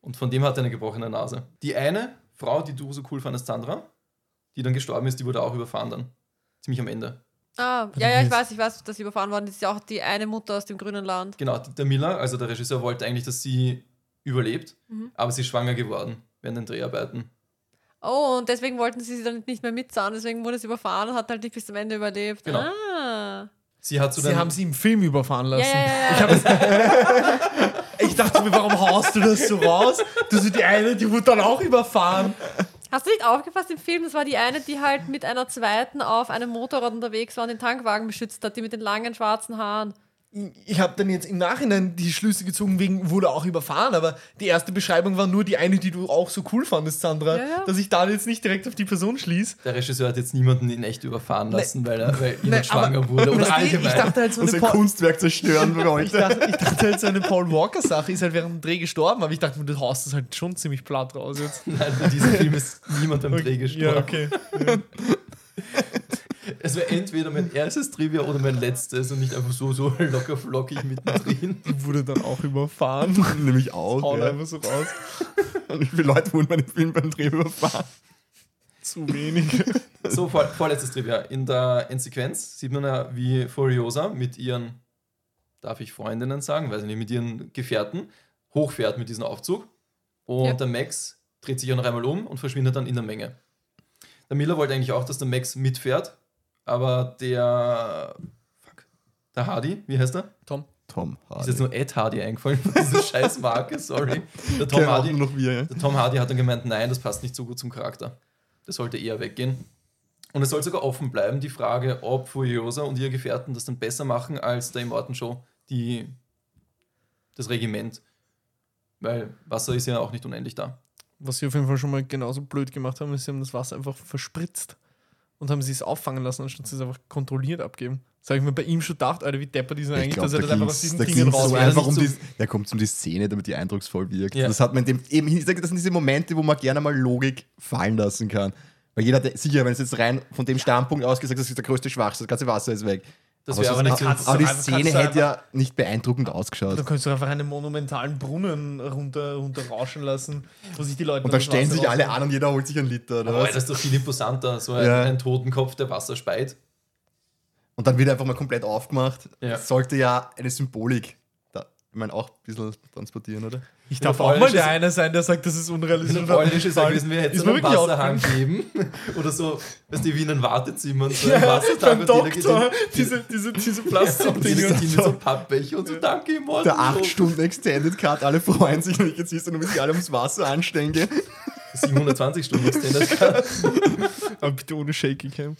Und von dem hat er eine gebrochene Nase. Die eine Frau, die du so cool fandest, Sandra, die dann gestorben ist, die wurde auch überfahren dann. Ziemlich am Ende.
Ah, ja, ja, ich weiß, ich weiß, dass sie überfahren worden ist. Das ist ja auch die eine Mutter aus dem grünen Land.
Genau, der Miller, also der Regisseur, wollte eigentlich, dass sie überlebt, aber sie ist schwanger geworden während den Dreharbeiten.
Oh, und deswegen wollten sie sie dann nicht mehr mitzahlen, deswegen wurde sie überfahren und hat halt nicht bis zum Ende überlebt.
Genau.
Ah.
Sie hat zu
Sie
den-
haben sie im Film überfahren
Ja,
lassen.
ja, ja, ja.
Ich dachte mir, warum haust du das so raus? Du so die eine, die wurde dann auch überfahren.
Hast du nicht aufgepasst im Film? Das war die eine, die halt mit einer zweiten auf einem Motorrad unterwegs war und den Tankwagen beschützt hat, die mit den langen schwarzen Haaren.
Ich habe dann jetzt im Nachhinein die Schlüsse gezogen, wegen wurde auch überfahren, aber die erste Beschreibung war nur die eine, die du auch so cool fandest, Sandra,
Ja, ja.
dass ich da jetzt nicht direkt auf die Person schließ.
der Regisseur hat jetzt niemanden in echt überfahren lassen, weil, er, weil jemand
Nein,
schwanger
Ne, aber-
wurde.
Also
Oder
Versteh,
allgemein.
ich dachte halt so eine
Unser
Paul-
Kunstwerk zerstören
ich
wollte.
dachte, ich dachte halt so eine Paul Walker Sache ist halt während dem Dreh gestorben, aber ich dachte mir, du haust das halt schon ziemlich platt raus jetzt.
Nein, für diesen Also Film ist niemand beim Dreh gestorben.
Ja, okay.
Es wäre entweder mein erstes Trivia oder mein letztes und nicht einfach so, so locker flockig mittendrin.
Die wurde dann auch überfahren.
Nämlich auch.
Haut
Ja.
einfach so raus.
Und wie viele Leute wurden bei dem Film beim Dreh überfahren?
Zu wenig.
So, vor, vorletztes Trivia. In der Endsequenz sieht man ja, wie Furiosa mit ihren, darf ich Freundinnen sagen, weiß ich nicht, mit ihren Gefährten hochfährt mit diesem Aufzug. Und
Ja.
der Max dreht sich ja noch einmal um und verschwindet dann in der Menge. Der Miller wollte eigentlich auch, dass der Max mitfährt, aber der. Fuck. Der Hardy, wie heißt er?
Tom
Ist
Hardy.
jetzt nur Ed Hardy eingefallen von dieser scheiß Marke, sorry. Der Tom
Kennen auch
Hardy.
nur noch wir. Ja.
Der Tom Hardy hat dann gemeint, nein, das passt nicht so gut zum Charakter. Das sollte eher weggehen. Und es soll sogar offen bleiben, die Frage, ob Furiosa und ihr Gefährten das dann besser machen als der Immortan Show, die, das Regiment. Weil Wasser ist ja auch nicht unendlich da.
Was sie auf jeden Fall schon mal genauso blöd gemacht haben, ist, sie haben das Wasser einfach verspritzt und haben sie es auffangen lassen, anstatt sie es einfach kontrolliert abgeben. Das habe ich mir bei ihm schon gedacht, Alter, wie depper die sind
Ich
eigentlich,
glaub,
dass er das
da
einfach aus
ging's,
diesen
da
Dingen
ging's
raus.
so
Ja,
einfach
nicht
um
so-
die, da kommt es um die Szene, damit die eindrucksvoll wirkt.
Ja.
Das hat man dem, eben, ich sag, das sind diese Momente, wo man gerne mal Logik fallen lassen kann. Weil jeder, der- sicher, wenn es jetzt rein von dem Standpunkt ausgesagt, das ist der größte Schwachsinn, das ganze Wasser ist weg.
Das
Aber
wäre
es
aber
ist
nicht
nicht-
so.
Aber die
einfach-
Szene
kannst du
hätte ja nicht beeindruckend ausgeschaut.
Da kannst du einfach einen monumentalen Brunnen runter, runterrauschen lassen, wo sich die
Und
Leute. dann
da
das
stellen
Wasser
sich alle
raus-
an und jeder holt sich einen Liter. Oder
Aber
was?
das ist doch viel imposanter, so ein,
Ja.
ein Totenkopf, der Wasser speit.
Und dann wird einfach mal komplett aufgemacht.
Ja.
Das sollte ja eine Symbolik, da, ich meine, auch ein bisschen transportieren, oder?
Ich darf
Ja,
auch mal
polnisch ist-
der eine sein, der sagt, das ist unrealistisch.
Wenn Freundisch ist
Vor allem
gewesen, wir hätten
ist
so
mir
einen
wirklich auch-
Wasserhang geben. Oder so, weißt du, wie in einem Wartezimmer. und So ein
Ja,
Wassertank
beim
und jeder geht hin-
Doktor, diese, diese,
Ja,
diese
und jeder geht
Plastikdinger.
hin mit so einem Pappbecher und so, danke, Immortan.
Der 8
Show."
Stunden Extended Cut, alle freuen sich, wenn ich jetzt siehst, und müssen sich alle ums Wasser anstellen gehen.
720 Stunden Extended Cut.
Aber bitte ohne Shaky Cam.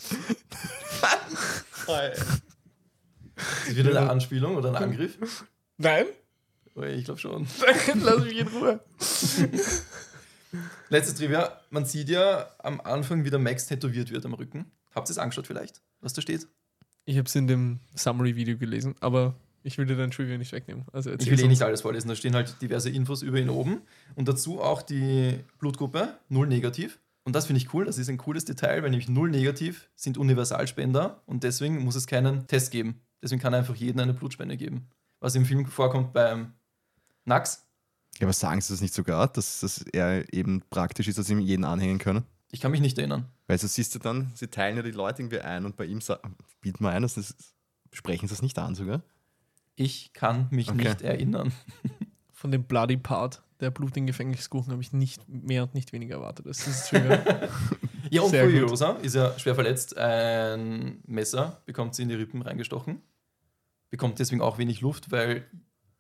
Ist wieder eine Anspielung oder ein Angriff?
Nein?
Oh, Ich glaube schon.
Lass mich in Ruhe.
Letztes Trivia. Man sieht ja am Anfang, wie der Max tätowiert wird am Rücken. Habt ihr es angeschaut vielleicht, was da steht?
Ich habe es in dem Summary-Video gelesen, aber ich will dir dein Trivia nicht wegnehmen. Also
Ich will eh nicht alles vorlesen, da stehen halt diverse Infos über ihn oben. Und dazu auch die Blutgruppe, null negativ. Und das finde ich cool, das ist ein cooles Detail, weil nämlich null negativ sind Universalspender und deswegen muss es keinen Test geben. Deswegen kann einfach jeden eine Blutspende geben. Was im Film vorkommt beim Nax,
Ja, aber sagen sie das nicht sogar, dass, dass er eben praktisch ist, dass sie ihm jeden anhängen können?
ich kann mich nicht erinnern.
Weil so siehst du dann, sie teilen ja die Leute irgendwie ein und bei ihm sa- bieten wir ein, das ist, sprechen sie das nicht an sogar.
Ich kann mich
Okay.
nicht erinnern.
Von dem Bloody Part, der Blut in Gefängniskuchen, habe ich nicht mehr und nicht weniger erwartet. Das ist das Trivia.
Ja, und
Sehr gut.
Furiosa ist ja schwer verletzt. Ein Messer bekommt sie in die Rippen reingestochen. Bekommt deswegen auch wenig Luft, weil,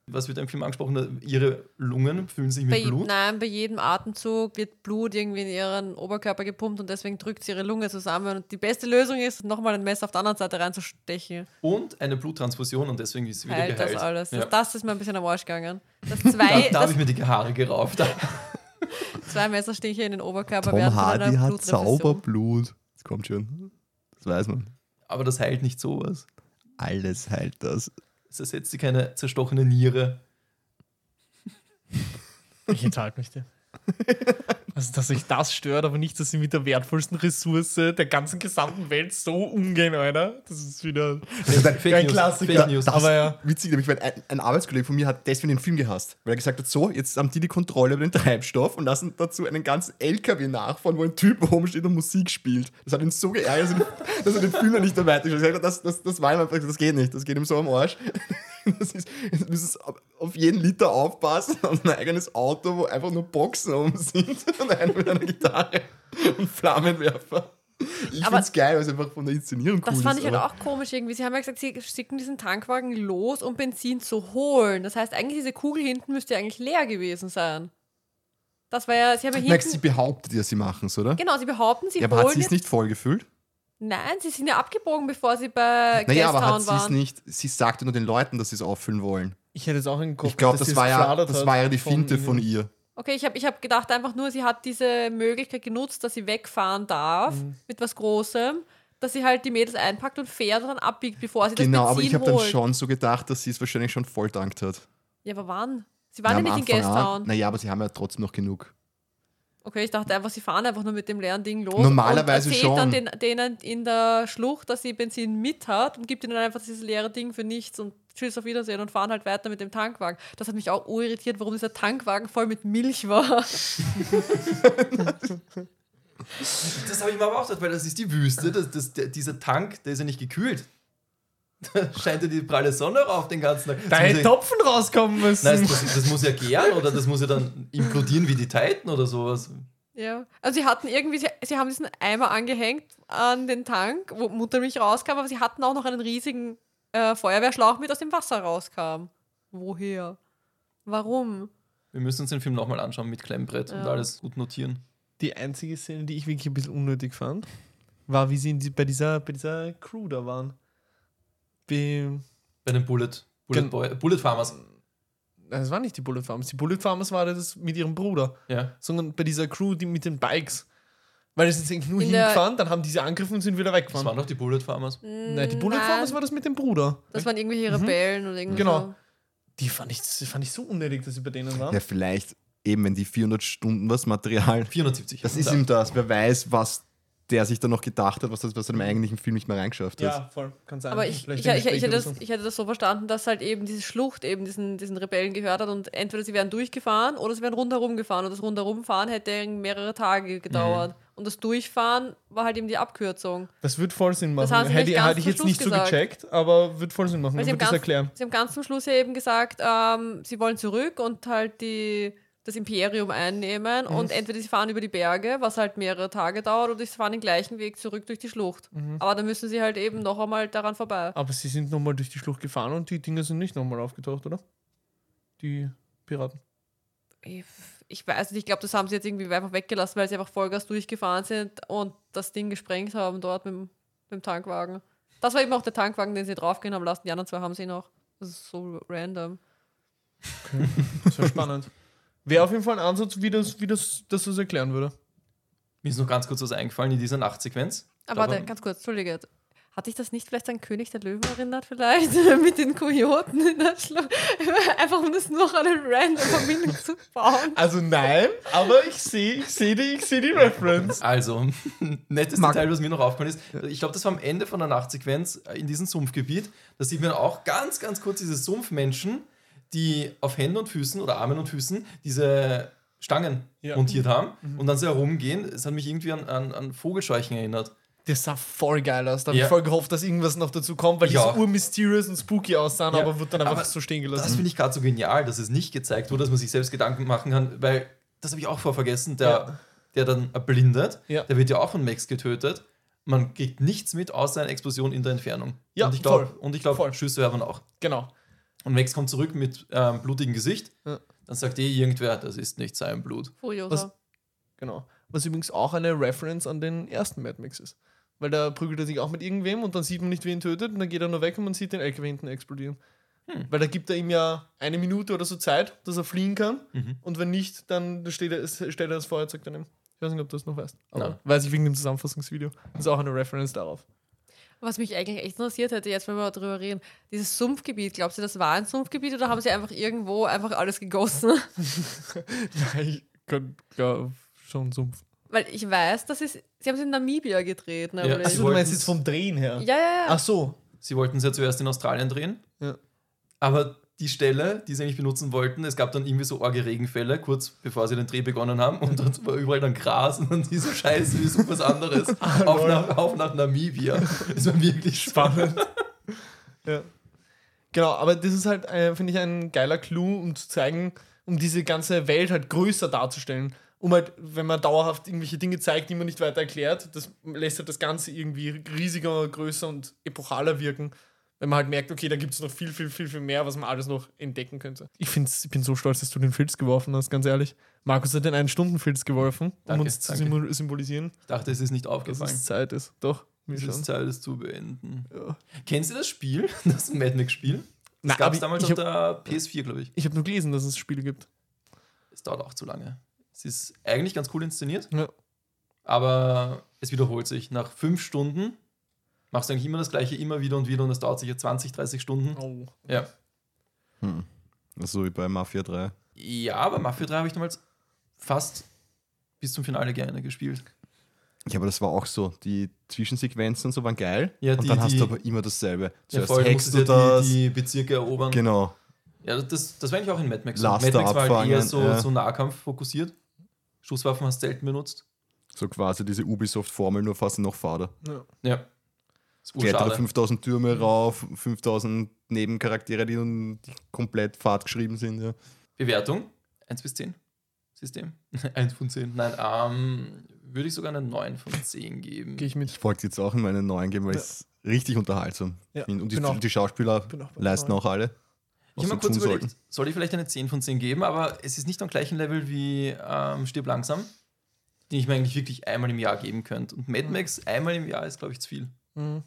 was wird im Film angesprochen, ihre Lungen füllen sich mit
Bei,
Blut.
nein, bei jedem Atemzug wird Blut irgendwie in ihren Oberkörper gepumpt und deswegen drückt sie ihre Lunge zusammen. Und die beste Lösung ist, nochmal ein Messer auf der anderen Seite reinzustechen.
Und eine Bluttransfusion und deswegen ist sie wieder
Heilt
geheilt.
Halt das alles.
Ja.
Das, das ist mir ein bisschen am Arsch gegangen. Das zwei,
da da habe
das
ich mir die Haare gerauft.
zwei Messerstiche in den Oberkörper
Tom
während von einer
Hardy hat
Bluttransfusion.
Zauberblut. Das kommt schon. Das weiß man.
Aber das heilt nicht sowas.
Alles heilt das.
Es ersetzt sie keine zerstochene Niere.
ich enthalte mich dir. Also, dass euch das stört, aber nicht, dass sie mit der wertvollsten Ressource der ganzen gesamten Welt so umgehen, Alter. Das ist wieder.
Fake
ein
News,
Klassiker.
Fake News.
Das
Aber ja.
Witzig, nämlich, weil ein, ein Arbeitskollege von mir hat deswegen den Film gehasst, weil er gesagt hat: So, jetzt haben die die Kontrolle über den Treibstoff und lassen dazu einen ganzen LKW nachfahren, wo ein Typ oben steht und Musik spielt. Das hat ihn so geärgert, dass er den, dass er den Film dann nicht mehr weiter. Das, das, das war ihm einfach, das geht nicht, das geht ihm so am Arsch. Das ist, du müsstest auf- auf jeden Liter aufpassen und ein eigenes Auto, wo einfach nur Boxen oben sind und einer mit einer Gitarre und Flammenwerfer. Ich
Aber-
find's geil, weil es einfach von der Inszenierung cool
Das
ist.
fand ich halt
aber-
auch komisch irgendwie. Sie haben ja gesagt, sie schicken diesen Tankwagen los, um Benzin zu holen. Das heißt, eigentlich diese Kugel hinten müsste ja eigentlich leer gewesen sein. Das war ja, sie haben ja
Merkst, sie
hinten...
behauptet ja, sie machen es, oder?
Genau, sie behaupten, sie
ja, aber hat
holen...
sie es
jetzt-
nicht vollgefüllt?
Nein, sie sind ja abgebogen, bevor sie bei
Naja,
Gastown
aber hat sie es
waren.
nicht, sie sagte nur den Leuten, dass sie es auffüllen wollen.
Ich hätte es auch in den Kopf.
ich glaube,
dass
das,
sie es
war ja,
gefladert
das
hat
war ja die Finte von
ihnen.
ihr.
Okay, ich habe ich hab gedacht einfach nur, sie hat diese Möglichkeit genutzt, dass sie wegfahren darf
Mhm.
mit was Großem, dass sie halt die Mädels einpackt und fährt und dann abbiegt, bevor sie
Genau,
das
aber ich
Benzin
habe dann
holt.
schon so gedacht, dass sie es wahrscheinlich schon volltankt hat.
Ja, aber wann? Sie waren
Na,
ja
am
nicht in
Anfang auch.
Gastown.
Naja, aber sie haben ja trotzdem noch genug.
Okay, ich dachte einfach, sie fahren einfach nur mit dem leeren Ding los.
Normalerweise
und erzählt dann
schon.
den, denen in der Schlucht, dass sie Benzin mit hat und gibt ihnen einfach dieses leere Ding für nichts und tschüss, auf Wiedersehen und fahren halt weiter mit dem Tankwagen. Das hat mich auch irritiert, warum dieser Tankwagen voll mit Milch war.
Das habe ich mir aber auch gedacht, weil das ist die Wüste. Das, das, der, dieser Tank, der ist ja nicht gekühlt. Da scheint ja die pralle Sonne rauf den ganzen Tag.
Da
Das muss
hätte
ja-
Topfen rauskommen müssen.
Nein, das, das muss ja gären oder das muss ja dann implodieren wie die Titan oder sowas.
Ja, also sie hatten irgendwie, sie, sie haben diesen Eimer angehängt an den Tank, wo Mutter mich rauskam, aber sie hatten auch noch einen riesigen äh, Feuerwehrschlauch mit, aus dem Wasser rauskam. Woher? Warum?
Wir müssen uns den Film nochmal anschauen mit Klemmbrett und
Ja.
alles gut notieren.
Die einzige Szene, die ich wirklich ein bisschen unnötig fand, war, wie sie in die, bei, dieser, bei dieser Crew da waren. Be,
Bei den Bullet, Bullet,
Gen-
Boy, Bullet Farmers.
Nein, das waren nicht die Bullet Farmers. Die Bullet Farmers waren das mit ihrem Bruder,
Ja.
sondern bei dieser Crew, die mit den Bikes. Weil sie sind eigentlich nur
In der-
hingefahren, dann haben diese angegriffen und sind wieder
Das
weggefahren.
waren doch die Bullet Farmers.
Nein, die Bullet
Mm, Nein,
Farmers war das mit dem Bruder.
Das waren irgendwelche Rebellen oder irgendwie
Genau.
so.
Die fand ich, das fand ich so unnötig, dass sie bei denen waren.
Ja, vielleicht eben, wenn die 400 Stunden was Material.
470.
Das ist
Ja.
ihm das. Wer weiß, was der sich da noch gedacht hat, was das bei seinem eigentlichen Film nicht mehr reingeschafft hat.
Ja, voll. Kann sein.
Aber ich, ich,
Also Vielleicht
ich,
im
ich,
Gespräch
hätte
oder
das,
so.
ich hätte das so verstanden, dass halt eben diese Schlucht eben diesen, diesen Rebellen gehört hat und entweder sie wären durchgefahren oder sie wären rundherum gefahren und das rundherumfahren hätte irgendwie mehrere Tage gedauert.
Mhm.
Und das Durchfahren war halt eben die Abkürzung.
Das wird voll Sinn
Das
machen.
haben sie
Hätte,
nicht ganz
hätte ich
zum
jetzt nicht
Schluss
so
gesagt.
gecheckt, aber wird voll Sinn machen.
Weil
Ich
sie, haben
würde das
ganz,
erklären.
sie haben ganz zum Schluss ja eben gesagt, ähm, sie wollen zurück und halt die, das Imperium einnehmen und entweder sie fahren über die Berge, was halt mehrere Tage dauert, oder sie fahren den gleichen Weg zurück durch die Schlucht.
Mhm.
Aber dann müssen sie halt eben noch einmal daran vorbei.
Aber sie sind nochmal durch die Schlucht gefahren und die Dinger sind nicht nochmal aufgetaucht, oder? Die Piraten.
Ich- Ich weiß nicht, ich glaube, das haben sie jetzt irgendwie einfach weggelassen, weil sie einfach Vollgas durchgefahren sind und das Ding gesprengt haben dort mit, dem- mit dem Tankwagen. Das war eben auch der Tankwagen, den sie draufgehen haben lassen. Die anderen zwei haben sie noch. Das ist so random.
Das wäre spannend. Wäre auf jeden Fall ein Ansatz, wie das, wie das, dass das erklären würde.
Mir ist noch ganz kurz was eingefallen in dieser Nachtsequenz.
Aber Ah, warte,
ähm,
ganz kurz, Entschuldige. Hat dich das nicht vielleicht an König der Löwen erinnert, vielleicht? Mit den Kojoten in der Schlucht? Einfach um das noch eine random Verbindung zu bauen.
Also nein, aber ich sehe ich seh die, ich seh die Reference.
Also, nettes
Mag-
Detail, was mir noch aufgefallen ist. Ich glaube, das war am Ende von der Nachtsequenz äh, in diesem Sumpfgebiet. Da sieht man auch ganz, ganz kurz diese Sumpfmenschen, die auf Händen und Füßen oder Armen und Füßen diese Stangen
Ja.
montiert haben und dann so herumgehen. Es hat mich irgendwie an, an, an Vogelscheuchen erinnert.
Das sah voll geil aus. Da habe
Ja.
ich voll gehofft, dass irgendwas noch dazu kommt, weil
Ich
die so
auch.
urmysterious und spooky aussahen,
Ja.
aber wird dann einfach
Aber
so stehen
Das
gelassen.
finde ich gerade so genial, dass es nicht gezeigt wurde, dass man sich selbst Gedanken machen kann, weil das habe ich auch vor vergessen, der,
Ja.
der dann erblindet,
Ja.
der wird ja auch von Max getötet. Man kriegt nichts mit, außer eine Explosion in der Entfernung.
Ja,
und ich glaube,
voll.
und ich glaube,
Voll.
Schüsse hören auch.
Genau.
Und Max kommt zurück mit ähm, blutigem Gesicht.
Ja.
Dann sagt eh irgendwer, das ist nicht sein Blut.
Was-
Furiosa.
Genau. Was übrigens auch eine Reference an den ersten Mad Max ist. Weil da prügelt er sich auch mit irgendwem und dann sieht man nicht, wen tötet und dann geht er nur weg und man sieht den LKW hinten explodieren. Weil da gibt er ihm ja eine Minute oder so Zeit, dass er fliehen kann und wenn nicht, dann steht er, stellt er das Feuerzeug daneben. Ich weiß nicht, ob du das noch weißt. Aber
Nein.
weiß ich wegen dem Zusammenfassungsvideo. Das ist auch eine Reference darauf.
Was mich eigentlich echt interessiert hätte, jetzt wenn wir darüber reden, dieses Sumpfgebiet, glaubst du, das war ein Sumpfgebiet oder haben sie einfach irgendwo einfach alles gegossen?
Ja, ich könnte ja, schon Sumpf.
Weil ich weiß, das ist, sie haben es in Namibia gedreht, nämlich.
Achso, du meinst jetzt vom Drehen her?
ja, ja, ja.
also, Ach so.
Sie wollten es ja zuerst in Australien drehen.
Ja.
Aber die Stelle, die sie eigentlich benutzen wollten, es gab dann irgendwie so arge Regenfälle, kurz bevor sie den Dreh begonnen haben. Und dann war überall dann Gras und dann diese Scheiße, wir suchen was anderes.
Ah,
auf, nach, auf nach Namibia. Das war wirklich spannend.
Ja. Genau, aber das ist halt, äh, finde ich, ein geiler Clou, um zu zeigen, um diese ganze Welt halt größer darzustellen. Um halt, wenn man dauerhaft irgendwelche Dinge zeigt, die man nicht weiter erklärt, das lässt halt das Ganze irgendwie riesiger, größer und epochaler wirken. Wenn man halt merkt, okay, da gibt es noch viel, viel, viel, viel mehr, was man alles noch entdecken könnte. Ich, find's, ich bin so stolz, dass du den Filz geworfen hast, ganz ehrlich. Markus hat den einen Stunden Filz geworfen, um
Danke,
uns zu
danke.
symbol- symbolisieren,
Ich dachte, es ist nicht
dass
aufgefallen.
es Zeit ist. Doch, mir
Es
schon.
ist Zeit, das zu beenden. Kennst du das Spiel? Das Mad Max-Spiel?
Na,
Das gab es
aber
damals
ich
auf
hab-
der PS4, glaube ich.
Ich habe nur gelesen, dass es Spiele gibt.
Es dauert auch zu lange. Es ist eigentlich ganz cool inszeniert,
Ja.
aber es wiederholt sich. Nach fünf Stunden machst du eigentlich immer das Gleiche, immer wieder und wieder und es dauert sicher 20, 30 Stunden.
Oh.
Ja.
Hm. Das ist So wie bei Mafia 3.
ja, aber Mafia 3 habe ich damals fast bis zum Finale gerne gespielt.
Ja, aber das war auch so. Die Zwischensequenzen und so waren geil.
Ja,
und
die-
dann hast
die-
du aber immer dasselbe.
Ja,
Zuerst
voll, du
hackst
musstest
du
ja
das.
die, die Bezirke erobern.
genau.
Ja, das, das war eigentlich auch in Mad Max. so. Mad
Laster
Max war halt eher
abfangen,
so,
ja.
so Nahkampf fokussiert. Schusswaffen hast du selten benutzt.
So quasi diese Ubisoft-Formel, nur fast noch fader.
Ja. Ist
Klettere
urschade.
5000
Mhm.
Türme rauf, 5000 Nebencharaktere, die, nun- die komplett fad geschrieben sind. Ja.
Bewertung? 1 bis 10. System? 1 von 10. Nein, ähm, würde ich sogar eine 9 von 10 geben.
Gehe ich mit.
Ich wollte jetzt auch in meine neuen gehen, weil ich es richtig unterhaltsam
Ja,
finde. Und die,
bin
genau.
auch-
die Schauspieler
bin auch bei
leisten
neuen.
auch alle.
Ich habe mal
was wir
kurz
tun
überlegt,
sollten.
soll ich vielleicht eine 10 von 10 geben, aber es ist nicht am gleichen Level wie ähm, Stirb langsam, den ich mir eigentlich wirklich einmal im Jahr geben könnte. Und Mad Max einmal im Jahr ist, glaube ich, zu viel.
Mhm.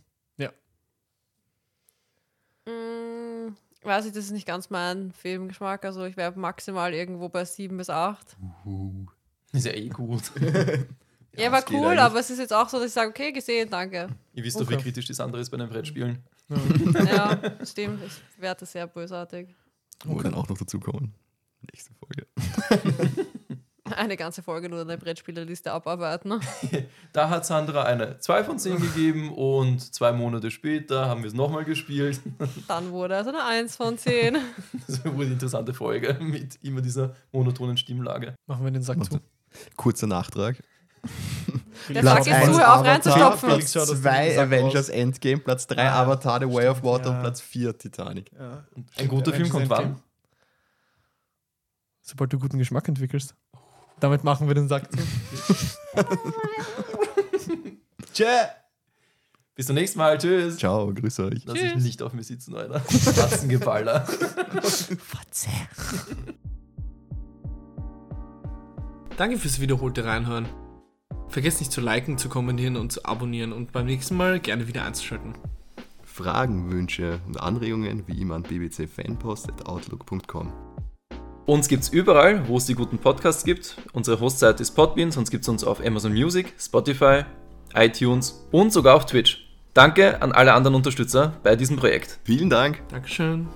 Mm, weiß ich, das ist nicht ganz mein Filmgeschmack. Also ich wäre maximal irgendwo bei 7 bis 8.
Ist ja eh gut.
Ja, war
es geht
cool,
eigentlich.
aber es ist jetzt auch so, dass ich sage, okay, gesehen, danke.
Ihr wisst doch, wie
Okay.
kritisch das andere ist bei den Brettspielen.
ja, stimmt. Ich werte sehr bösartig.
Wo wir dann auch noch dazukommen. Nächste Folge.
Eine ganze Folge nur eine Brettspielerliste abarbeiten. ne?
Da hat Sandra eine 2 von 10 gegeben und zwei Monate später haben wir es nochmal gespielt.
Dann wurde also eine 1 von 10.
Das wurde eine interessante Folge mit immer dieser monotonen Stimmlage.
Machen wir den Sack zu.
Kurzer Nachtrag.
Der Sack ist
eins
zu, hör auf
Avatar,
reinzustopfen.
Felix, schau, dass du
Platz
den
2
Sack
Avengers Ah,
raus-
Endgame, Platz 3 Avatar The Way of Water
ja.
und Platz 4 Titanic.
Ja.
Ein guter Film
Avengers
kommt
Endgame.
wann?
Sobald du guten Geschmack entwickelst. Damit machen wir den Sack zu.
Tschä!
Bis zum nächsten Mal. Tschüss.
Ciao, grüß euch.
Lass ich nicht auf mir sitzen, Alter. Katzengeballer.
Danke fürs wiederholte Reinhören. Vergesst nicht zu liken, zu kommentieren und zu abonnieren und beim nächsten Mal gerne wieder einzuschalten.
Fragen, Wünsche und Anregungen wie immer an bbcfanpost.outlook.com.
Uns gibt's überall, wo es die guten Podcasts gibt. Unsere Hostseite ist Podbean, sonst gibt's uns auf Amazon Music, Spotify, iTunes und sogar auf Twitch. Danke an alle anderen Unterstützer bei diesem Projekt.
Vielen Dank!
Dankeschön.